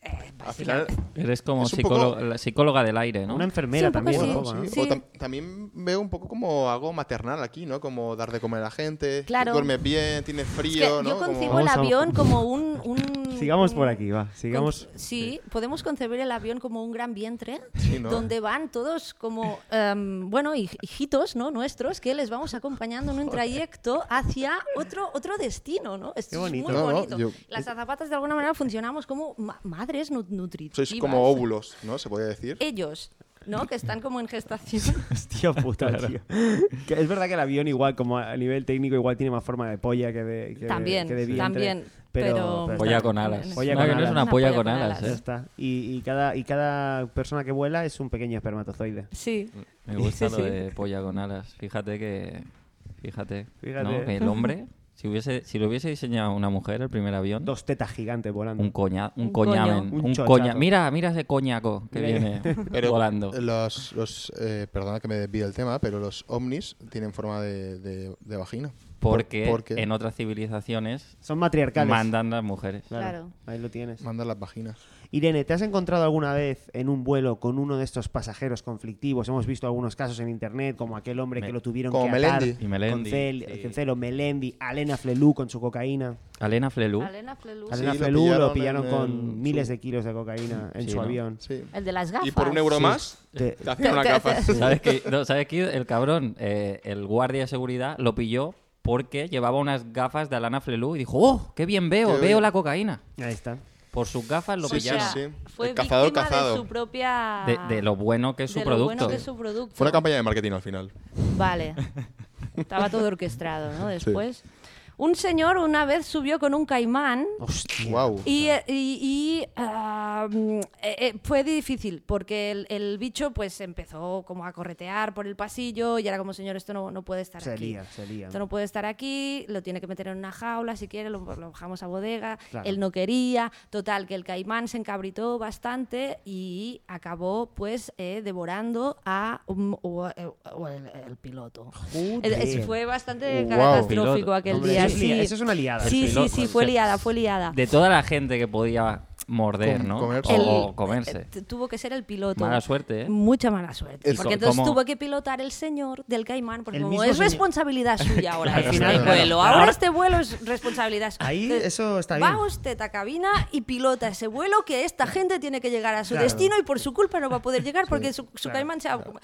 Speaker 3: eh,
Speaker 2: Al final,
Speaker 1: Eres como
Speaker 2: Es un poco-
Speaker 1: psicólogo- la psicóloga del aire, ¿no?
Speaker 4: Una em- enfermera
Speaker 3: Sí, un poco
Speaker 4: también,
Speaker 3: sí.
Speaker 4: un
Speaker 2: Bueno,
Speaker 4: poco, ¿no?
Speaker 2: sí.
Speaker 3: Sí.
Speaker 2: O tam- también veo un poco como algo maternal aquí, ¿no? Como dar de comer a la gente,
Speaker 3: Claro.
Speaker 2: duermes bien, tienes
Speaker 3: Es que
Speaker 2: frío, ¿no?
Speaker 3: yo concibo
Speaker 2: Como-
Speaker 4: Vamos
Speaker 3: el
Speaker 4: a-
Speaker 3: avión como un... un-
Speaker 4: Sigamos
Speaker 3: un-
Speaker 4: por aquí, va. Sigamos.
Speaker 3: Con- sí, podemos concebir el avión como un gran vientre
Speaker 2: Sí, ¿no?
Speaker 3: donde van todos como, em, bueno, hij- hijitos ¿no? nuestros que les vamos acompañando en un trayecto hacia otro, otro destino, ¿no? Esto
Speaker 4: Qué bonito.
Speaker 3: es muy
Speaker 2: No, no,
Speaker 3: bonito.
Speaker 2: yo- eh,
Speaker 3: Las azafatas de alguna manera funcionamos como ma- madres nu- nutritivas.
Speaker 2: Sois como óvulos, ¿no? Se podría decir.
Speaker 3: Ellos, ¿no? Que están como en gestación.
Speaker 4: Hostia puta, tío. Que Es verdad que el avión igual, como a nivel técnico, igual tiene más forma de polla que de, que de-
Speaker 3: También,
Speaker 4: que de vientre,
Speaker 3: también, pero-
Speaker 4: está
Speaker 1: Polla
Speaker 4: bien.
Speaker 1: con alas.
Speaker 4: Polla
Speaker 1: No,
Speaker 4: con
Speaker 1: que no es
Speaker 4: alas.
Speaker 1: una polla con alas,
Speaker 4: Ya
Speaker 1: ¿eh?
Speaker 4: está. Y, y cada, y cada persona que vuela es un pequeño espermatozoide.
Speaker 3: Sí.
Speaker 1: Me gusta
Speaker 4: Sí,
Speaker 1: lo
Speaker 4: sí.
Speaker 1: de polla con alas. Fíjate que. Fíjate.
Speaker 4: Fíjate.
Speaker 1: ¿no? Que el hombre, si, hubiese, si lo hubiese diseñado una mujer, el primer avión.
Speaker 4: Dos tetas gigantes volando.
Speaker 1: Un coña, un,
Speaker 3: Un
Speaker 1: coñamen,
Speaker 4: coño. Un
Speaker 1: un
Speaker 4: chochazo.
Speaker 1: coña. Mira, mira ese coñaco que
Speaker 4: Mira.
Speaker 1: viene
Speaker 2: Pero
Speaker 1: volando.
Speaker 2: Los, los, eh, perdona que me desvíe el tema, pero los ovnis tienen forma de, de- de vagina.
Speaker 1: porque
Speaker 2: porque-
Speaker 1: en otras civilizaciones
Speaker 4: Son matriarcales.
Speaker 1: mandan las mujeres.
Speaker 4: Claro,
Speaker 3: Claro.
Speaker 4: Ahí lo tienes.
Speaker 2: Mandar las vaginas.
Speaker 4: Irene, ¿te has encontrado alguna vez en un vuelo con uno de estos pasajeros conflictivos? Hemos visto algunos casos en internet, como aquel hombre
Speaker 1: Me-
Speaker 4: que lo tuvieron
Speaker 2: como
Speaker 4: que
Speaker 2: Melendi.
Speaker 4: atar
Speaker 1: Y Melendi,
Speaker 4: con cel-
Speaker 1: sí.
Speaker 4: Cancelo, Melendi, Alena Flelú con su cocaína.
Speaker 1: Alena Flelu,
Speaker 3: Alena Flelú.
Speaker 4: Alena
Speaker 2: lo
Speaker 4: Flelú lo pillaron,
Speaker 2: pillaron en
Speaker 4: con
Speaker 2: el-
Speaker 4: miles de kilos de cocaína en
Speaker 1: Sí,
Speaker 4: su
Speaker 1: ¿no?
Speaker 4: avión.
Speaker 2: Sí.
Speaker 3: El de las gafas.
Speaker 2: Y por un euro
Speaker 4: Sí.
Speaker 2: más,
Speaker 4: Te-
Speaker 2: te hacían una gafa.
Speaker 1: ¿sabes qué? No, ¿sabes qué? El cabrón, eh, el guardia de seguridad lo pilló porque llevaba unas gafas de Alana Flelu y dijo, ¡oh, qué bien veo!
Speaker 2: Qué
Speaker 1: veo
Speaker 2: bien".
Speaker 1: la cocaína.
Speaker 4: Ahí está.
Speaker 1: Por sus gafas lo
Speaker 2: Sí, sí,
Speaker 1: pillaron.
Speaker 2: sí.
Speaker 3: Fue
Speaker 2: El cazador
Speaker 3: víctima
Speaker 2: cazado.
Speaker 3: de su propia...
Speaker 1: De, de lo bueno que es su
Speaker 3: de
Speaker 1: producto.
Speaker 3: Lo bueno que es su producto.
Speaker 2: Fue una campaña de marketing al final.
Speaker 3: Vale. Estaba todo orquestado, ¿no? Después. Un señor una vez subió con un caimán
Speaker 4: Hostia.
Speaker 2: Wow.
Speaker 3: y, eh, y- y, ah, mm, eh, eh, fue difícil porque el, el bicho pues empezó como a corretear por el pasillo y era como, señor, esto no, no puede estar
Speaker 4: Se
Speaker 3: aquí.
Speaker 4: lía, se lía.
Speaker 3: Esto no puede estar aquí, lo tiene que meter en una jaula si quiere, lo, lo bajamos a bodega.
Speaker 4: Claro.
Speaker 3: Él no quería. Total, que el caimán se encabritó bastante y acabó pues eh, devorando a un- o- eh, o el, el piloto.
Speaker 4: Joder.
Speaker 3: Es- es- fue bastante
Speaker 2: Guau.
Speaker 3: catastrófico
Speaker 1: Piloto.
Speaker 3: aquel
Speaker 4: Hombre,
Speaker 3: día.
Speaker 4: eso es
Speaker 3: sí.
Speaker 4: lia- eso es una liada.
Speaker 3: Sí,
Speaker 1: El
Speaker 3: sí,
Speaker 1: piloto,
Speaker 3: sí,
Speaker 1: o
Speaker 3: fue
Speaker 1: sea,
Speaker 3: liada, fue liada.
Speaker 1: De toda la gente que podía morder,
Speaker 2: Com-
Speaker 1: ¿no?
Speaker 2: comerse.
Speaker 1: O
Speaker 3: El-
Speaker 1: comerse.
Speaker 3: eh, tuvo que ser el piloto.
Speaker 1: Mala suerte, ¿eh?
Speaker 3: Mucha mala suerte.
Speaker 2: El-
Speaker 3: porque entonces
Speaker 1: ¿cómo?
Speaker 3: tuvo que pilotar el señor del caimán, porque
Speaker 4: El
Speaker 3: como
Speaker 4: mismo
Speaker 3: es
Speaker 4: señor.
Speaker 3: responsabilidad suya ahora
Speaker 4: Claro,
Speaker 3: este
Speaker 4: claro.
Speaker 3: vuelo.
Speaker 4: Claro.
Speaker 3: Ahora,
Speaker 4: Ahora-
Speaker 3: este vuelo es responsabilidad suya.
Speaker 4: Ahí
Speaker 3: Entonces,
Speaker 4: eso está bien.
Speaker 3: Va usted a cabina y pilota ese vuelo que esta gente tiene que llegar a su
Speaker 4: Claro.
Speaker 3: destino y por su culpa no va a poder llegar porque su, su caimán se ha... Bueno,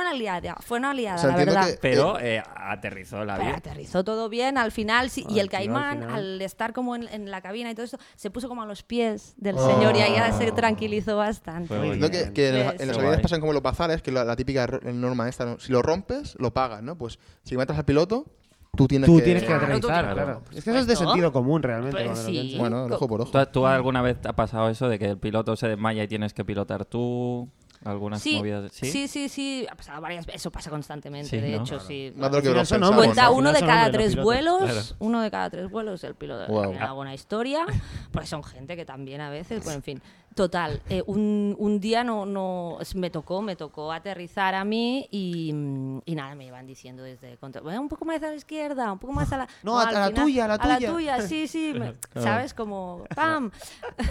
Speaker 3: Una liada, fue una liada,
Speaker 2: O sea,
Speaker 3: la
Speaker 2: entiendo
Speaker 3: verdad.
Speaker 2: que-
Speaker 1: Pero eh, aterrizó la
Speaker 3: Pero
Speaker 1: avión.
Speaker 3: aterrizó todo bien al final sí,
Speaker 4: Ah,
Speaker 3: y el
Speaker 4: al final, al
Speaker 3: caimán al,
Speaker 4: final.
Speaker 3: estar como en, en la cabina y todo esto se puso como a los pies del
Speaker 4: Oh.
Speaker 3: señor y ahí ya se tranquilizó bastante.
Speaker 1: Fue
Speaker 2: Entiendo
Speaker 1: bonito.
Speaker 2: que, que en, los-
Speaker 3: Sí,
Speaker 2: en los
Speaker 1: sí.
Speaker 2: aviones
Speaker 1: Guay.
Speaker 2: pasan como los bazares, que la, la típica ro- norma esta, ¿no? si lo rompes, lo pagas, ¿no? Pues si matas al piloto, tú tienes
Speaker 4: Tú
Speaker 2: que... Ah,
Speaker 4: tienes que
Speaker 3: Claro, tú
Speaker 4: aterrizar,
Speaker 1: tienes-
Speaker 4: claro.
Speaker 1: Claro, por
Speaker 4: Es que eso es de
Speaker 3: supuesto.
Speaker 4: sentido común realmente.
Speaker 3: Pues
Speaker 4: cuando lo
Speaker 3: sí.
Speaker 4: piensas.
Speaker 2: Bueno, el ojo por ojo.
Speaker 1: ¿Tú, tú alguna vez te ha pasado eso de que el piloto se desmaya y tienes que pilotar tú? ¿Algunas
Speaker 3: Sí,
Speaker 1: movidas?
Speaker 3: sí, sí, sí, Ha pasado varias veces. Eso pasa constantemente,
Speaker 1: Sí,
Speaker 3: de
Speaker 1: ¿no?
Speaker 3: hecho, sí.
Speaker 2: Más de lo que
Speaker 4: Al final
Speaker 2: nos
Speaker 4: son
Speaker 2: pensamos,
Speaker 4: hombres,
Speaker 3: Cuenta
Speaker 2: ¿no?
Speaker 4: Al final
Speaker 3: Pues uno de
Speaker 4: son
Speaker 3: cada
Speaker 4: hombres Eh, los
Speaker 3: tres
Speaker 4: pilotos.
Speaker 3: vuelos,
Speaker 1: Claro.
Speaker 3: uno de cada tres vuelos el piloto
Speaker 2: Guau.
Speaker 3: tiene alguna historia, pues son gente que también a veces, pues en fin. Total, eh, un, un día no, no es- me tocó, me tocó aterrizar a mí y, mm, y nada, me iban diciendo desde contra, "Bueno, un poco más a la izquierda, un poco más a la
Speaker 4: No, a-
Speaker 3: al
Speaker 4: a la tuya, a la
Speaker 3: A la
Speaker 4: tuya".
Speaker 3: tuya, sí, sí, me- sabes como pam.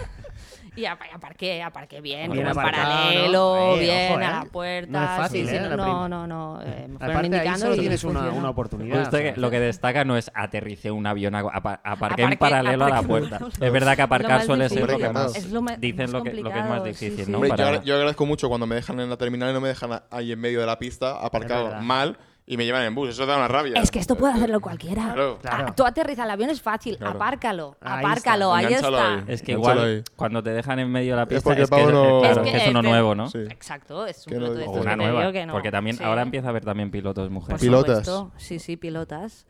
Speaker 3: Y apa- aparqué, aparqué bien,
Speaker 4: Bien
Speaker 3: como en
Speaker 4: aparcado, ¿no?
Speaker 3: paralelo,
Speaker 4: Eh,
Speaker 3: bien
Speaker 4: ojo,
Speaker 3: a
Speaker 4: ¿eh?
Speaker 3: la puerta.
Speaker 4: No es fácil,
Speaker 3: sí, sí,
Speaker 4: ¿eh? La
Speaker 3: no,
Speaker 4: prim-
Speaker 3: no, no, eh, me fueron
Speaker 4: Aparte, ahí
Speaker 3: indicando
Speaker 4: solo
Speaker 3: y
Speaker 4: tienes una,
Speaker 3: funcionó.
Speaker 4: una oportunidad.
Speaker 1: Justo que
Speaker 4: ¿sabes?
Speaker 1: Pues lo que destaca no es aterrice un avión, a- apa- aparqué en
Speaker 3: Aparqué-
Speaker 1: paralelo a la
Speaker 3: aparqué-
Speaker 1: puerta.
Speaker 3: no, no.
Speaker 1: Es verdad que
Speaker 3: Lo
Speaker 1: aparcar
Speaker 3: más
Speaker 1: suele ser lo
Speaker 2: difícil.
Speaker 1: que más.
Speaker 3: Es lo ma-
Speaker 1: Dicen
Speaker 3: más
Speaker 1: lo que, lo que es más
Speaker 3: complicado, sí,
Speaker 1: difícil,
Speaker 3: sí.
Speaker 1: ¿no?
Speaker 2: Hombre, yo,
Speaker 1: Para-
Speaker 2: agra- yo agradezco mucho cuando me dejan en la terminal y no me dejan a- ahí en medio de la pista
Speaker 4: Es
Speaker 2: aparcado
Speaker 4: verdad.
Speaker 2: mal y me llevan en bus. Eso da una rabia.
Speaker 3: Es que esto puede hacerlo cualquiera.
Speaker 2: Claro.
Speaker 4: Claro.
Speaker 3: Ah, tú aterriza el avión, es fácil. Apárcalo,
Speaker 4: Ahí
Speaker 3: apárcalo, ahí
Speaker 2: Enganchalo
Speaker 3: está.
Speaker 2: ahí.
Speaker 1: Es que
Speaker 2: Lánzalo
Speaker 1: igual
Speaker 2: ahí.
Speaker 1: cuando te dejan en medio de la pista
Speaker 2: porque
Speaker 1: es,
Speaker 2: el pavo
Speaker 1: que,
Speaker 2: no-
Speaker 1: claro,
Speaker 2: Es
Speaker 1: que
Speaker 2: que
Speaker 1: es uno
Speaker 3: este-
Speaker 1: nuevo, ¿no?
Speaker 2: Sí.
Speaker 3: Exacto, es un
Speaker 2: Que no-
Speaker 3: plato
Speaker 2: o
Speaker 3: de
Speaker 1: O
Speaker 3: estos
Speaker 1: una
Speaker 3: que te
Speaker 1: nueva.
Speaker 3: digo que no.
Speaker 1: Porque también
Speaker 3: Sí.
Speaker 1: ahora empieza a haber también pilotos
Speaker 3: Por
Speaker 1: mujeres.
Speaker 2: Pilotas.
Speaker 3: supuesto. Sí, sí, pilotas.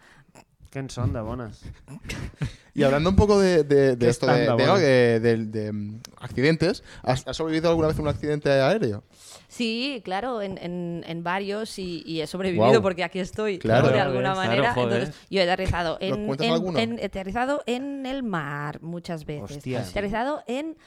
Speaker 4: ¿Quién son de bonas?
Speaker 2: Y hablando un poco de, de- de
Speaker 4: Qué
Speaker 2: esto, de,
Speaker 4: estándar,
Speaker 2: de-
Speaker 4: bueno.
Speaker 2: de- de- de, mm, accidentes, ¿has, has sobrevivido alguna vez a un accidente aéreo?
Speaker 3: Sí, claro, en, en- en varios y, y he sobrevivido
Speaker 2: Guau.
Speaker 3: porque aquí estoy,
Speaker 2: Claro.
Speaker 3: de
Speaker 2: Joder,
Speaker 3: alguna
Speaker 1: claro,
Speaker 3: manera.
Speaker 1: joder.
Speaker 3: Entonces, yo he aterrizado
Speaker 2: ¿Nos
Speaker 3: en,
Speaker 2: cuentas
Speaker 3: en-
Speaker 2: alguno?
Speaker 3: en- he aterrizado en el mar muchas veces.
Speaker 4: Hostia.
Speaker 3: He aterrizado en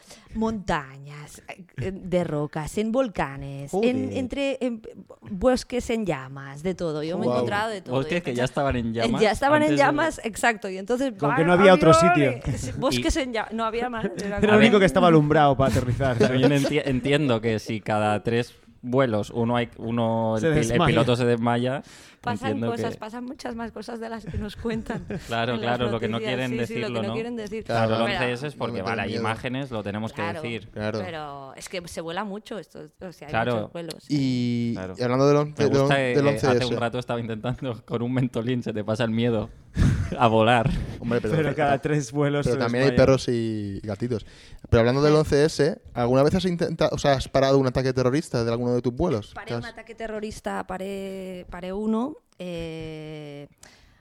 Speaker 3: montañas eh, de rocas, en volcanes, en,
Speaker 4: Joder.
Speaker 3: entre en bosques en llamas, de todo. Yo me he
Speaker 2: Guau.
Speaker 3: encontrado de todo.
Speaker 1: Bosques
Speaker 3: Yo
Speaker 1: que
Speaker 3: he
Speaker 1: ya estaban en llamas.
Speaker 3: ya estaban en
Speaker 1: antes de-
Speaker 3: llamas, exacto. Y entonces.
Speaker 4: Como
Speaker 3: va,
Speaker 4: que no había otro
Speaker 3: aviones,
Speaker 4: sitio.
Speaker 3: Bosques en llamas. No había más. era
Speaker 4: Era
Speaker 3: como-
Speaker 4: el único que estaba alumbrado para aterrizar.
Speaker 1: Pero yo no enti- entiendo que si cada tres vuelos uno hay uno el,
Speaker 4: Se
Speaker 1: pil- el
Speaker 4: desmaya.
Speaker 1: piloto se desmaya
Speaker 3: Pasan
Speaker 1: entiendo
Speaker 3: cosas,
Speaker 1: que
Speaker 3: pasan muchas más cosas de las que nos cuentan.
Speaker 1: Claro,
Speaker 3: en las
Speaker 1: claro, lo que no
Speaker 3: noticias.
Speaker 1: quieren
Speaker 3: Sí, sí,
Speaker 1: decirlo,
Speaker 3: lo que
Speaker 1: ¿no?
Speaker 3: no quieren decir.
Speaker 1: claro, el
Speaker 2: Claro.
Speaker 1: 11S es porque
Speaker 2: No me
Speaker 1: vale
Speaker 2: tengo
Speaker 1: hay
Speaker 2: miedo.
Speaker 1: imágenes lo tenemos
Speaker 3: Claro,
Speaker 1: que decir
Speaker 2: Claro.
Speaker 3: Pero es que se vuela mucho esto, o sea, hay
Speaker 1: Claro.
Speaker 3: muchos vuelos.
Speaker 2: Y,
Speaker 1: Claro.
Speaker 2: y hablando del, on-
Speaker 1: me
Speaker 2: del on-
Speaker 1: gusta que
Speaker 2: del
Speaker 1: eh, hace
Speaker 2: 11S.
Speaker 1: un rato estaba intentando con un mentolín se te pasa el miedo a volar
Speaker 2: Hombre, pero,
Speaker 4: Pero cada tres vuelos.
Speaker 2: pero
Speaker 4: se
Speaker 2: también hay
Speaker 4: desmayan.
Speaker 2: perros y gatitos. Pero hablando del 11S, ¿alguna vez has intentado, o sea, has parado un ataque terrorista de alguno de tus vuelos? ¿Te
Speaker 3: Paré
Speaker 2: has-
Speaker 3: un ataque terrorista, paré, paré uno. eh,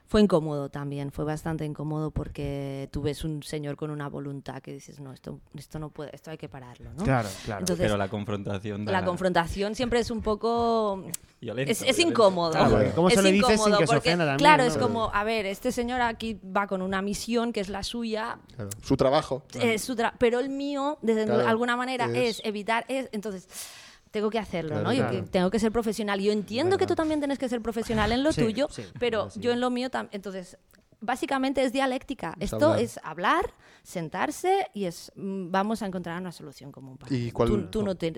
Speaker 3: fue incómodo también, fue bastante incómodo porque tú ves un señor con una voluntad que dices, no, esto, esto no puede, esto hay que pararlo, ¿no?
Speaker 4: Claro, claro.
Speaker 3: Entonces,
Speaker 1: pero la confrontación da-
Speaker 3: la confrontación siempre es un poco
Speaker 1: Violenta,
Speaker 3: es, es
Speaker 1: violenta.
Speaker 3: incómodo
Speaker 4: Claro, porque ¿cómo se
Speaker 3: es
Speaker 4: lo dices sin
Speaker 3: incómodo
Speaker 4: que se
Speaker 3: porque,
Speaker 4: ofenda también,
Speaker 3: claro
Speaker 4: no?
Speaker 3: es como a ver este señor aquí va con una misión que es la suya
Speaker 2: Claro. Su trabajo.
Speaker 3: eh, su tra- pero el mío de
Speaker 2: Claro,
Speaker 3: alguna manera
Speaker 2: es-
Speaker 3: es, evitar es entonces tengo que hacerlo,
Speaker 2: Claro,
Speaker 3: ¿no? Yo
Speaker 4: claro.
Speaker 3: que- tengo que ser profesional. Yo entiendo que
Speaker 4: Verdad.
Speaker 3: tú también tienes que ser profesional en lo
Speaker 4: Sí,
Speaker 3: tuyo,
Speaker 4: sí,
Speaker 3: pero
Speaker 4: verdad, sí.
Speaker 3: yo en lo mío también. Entonces, básicamente es dialéctica. Esto
Speaker 2: hablar.
Speaker 3: es hablar, sentarse y es mm, vamos a encontrar una solución común. para
Speaker 2: ¿Y
Speaker 3: esto.
Speaker 2: cuál-
Speaker 3: tú, tú no te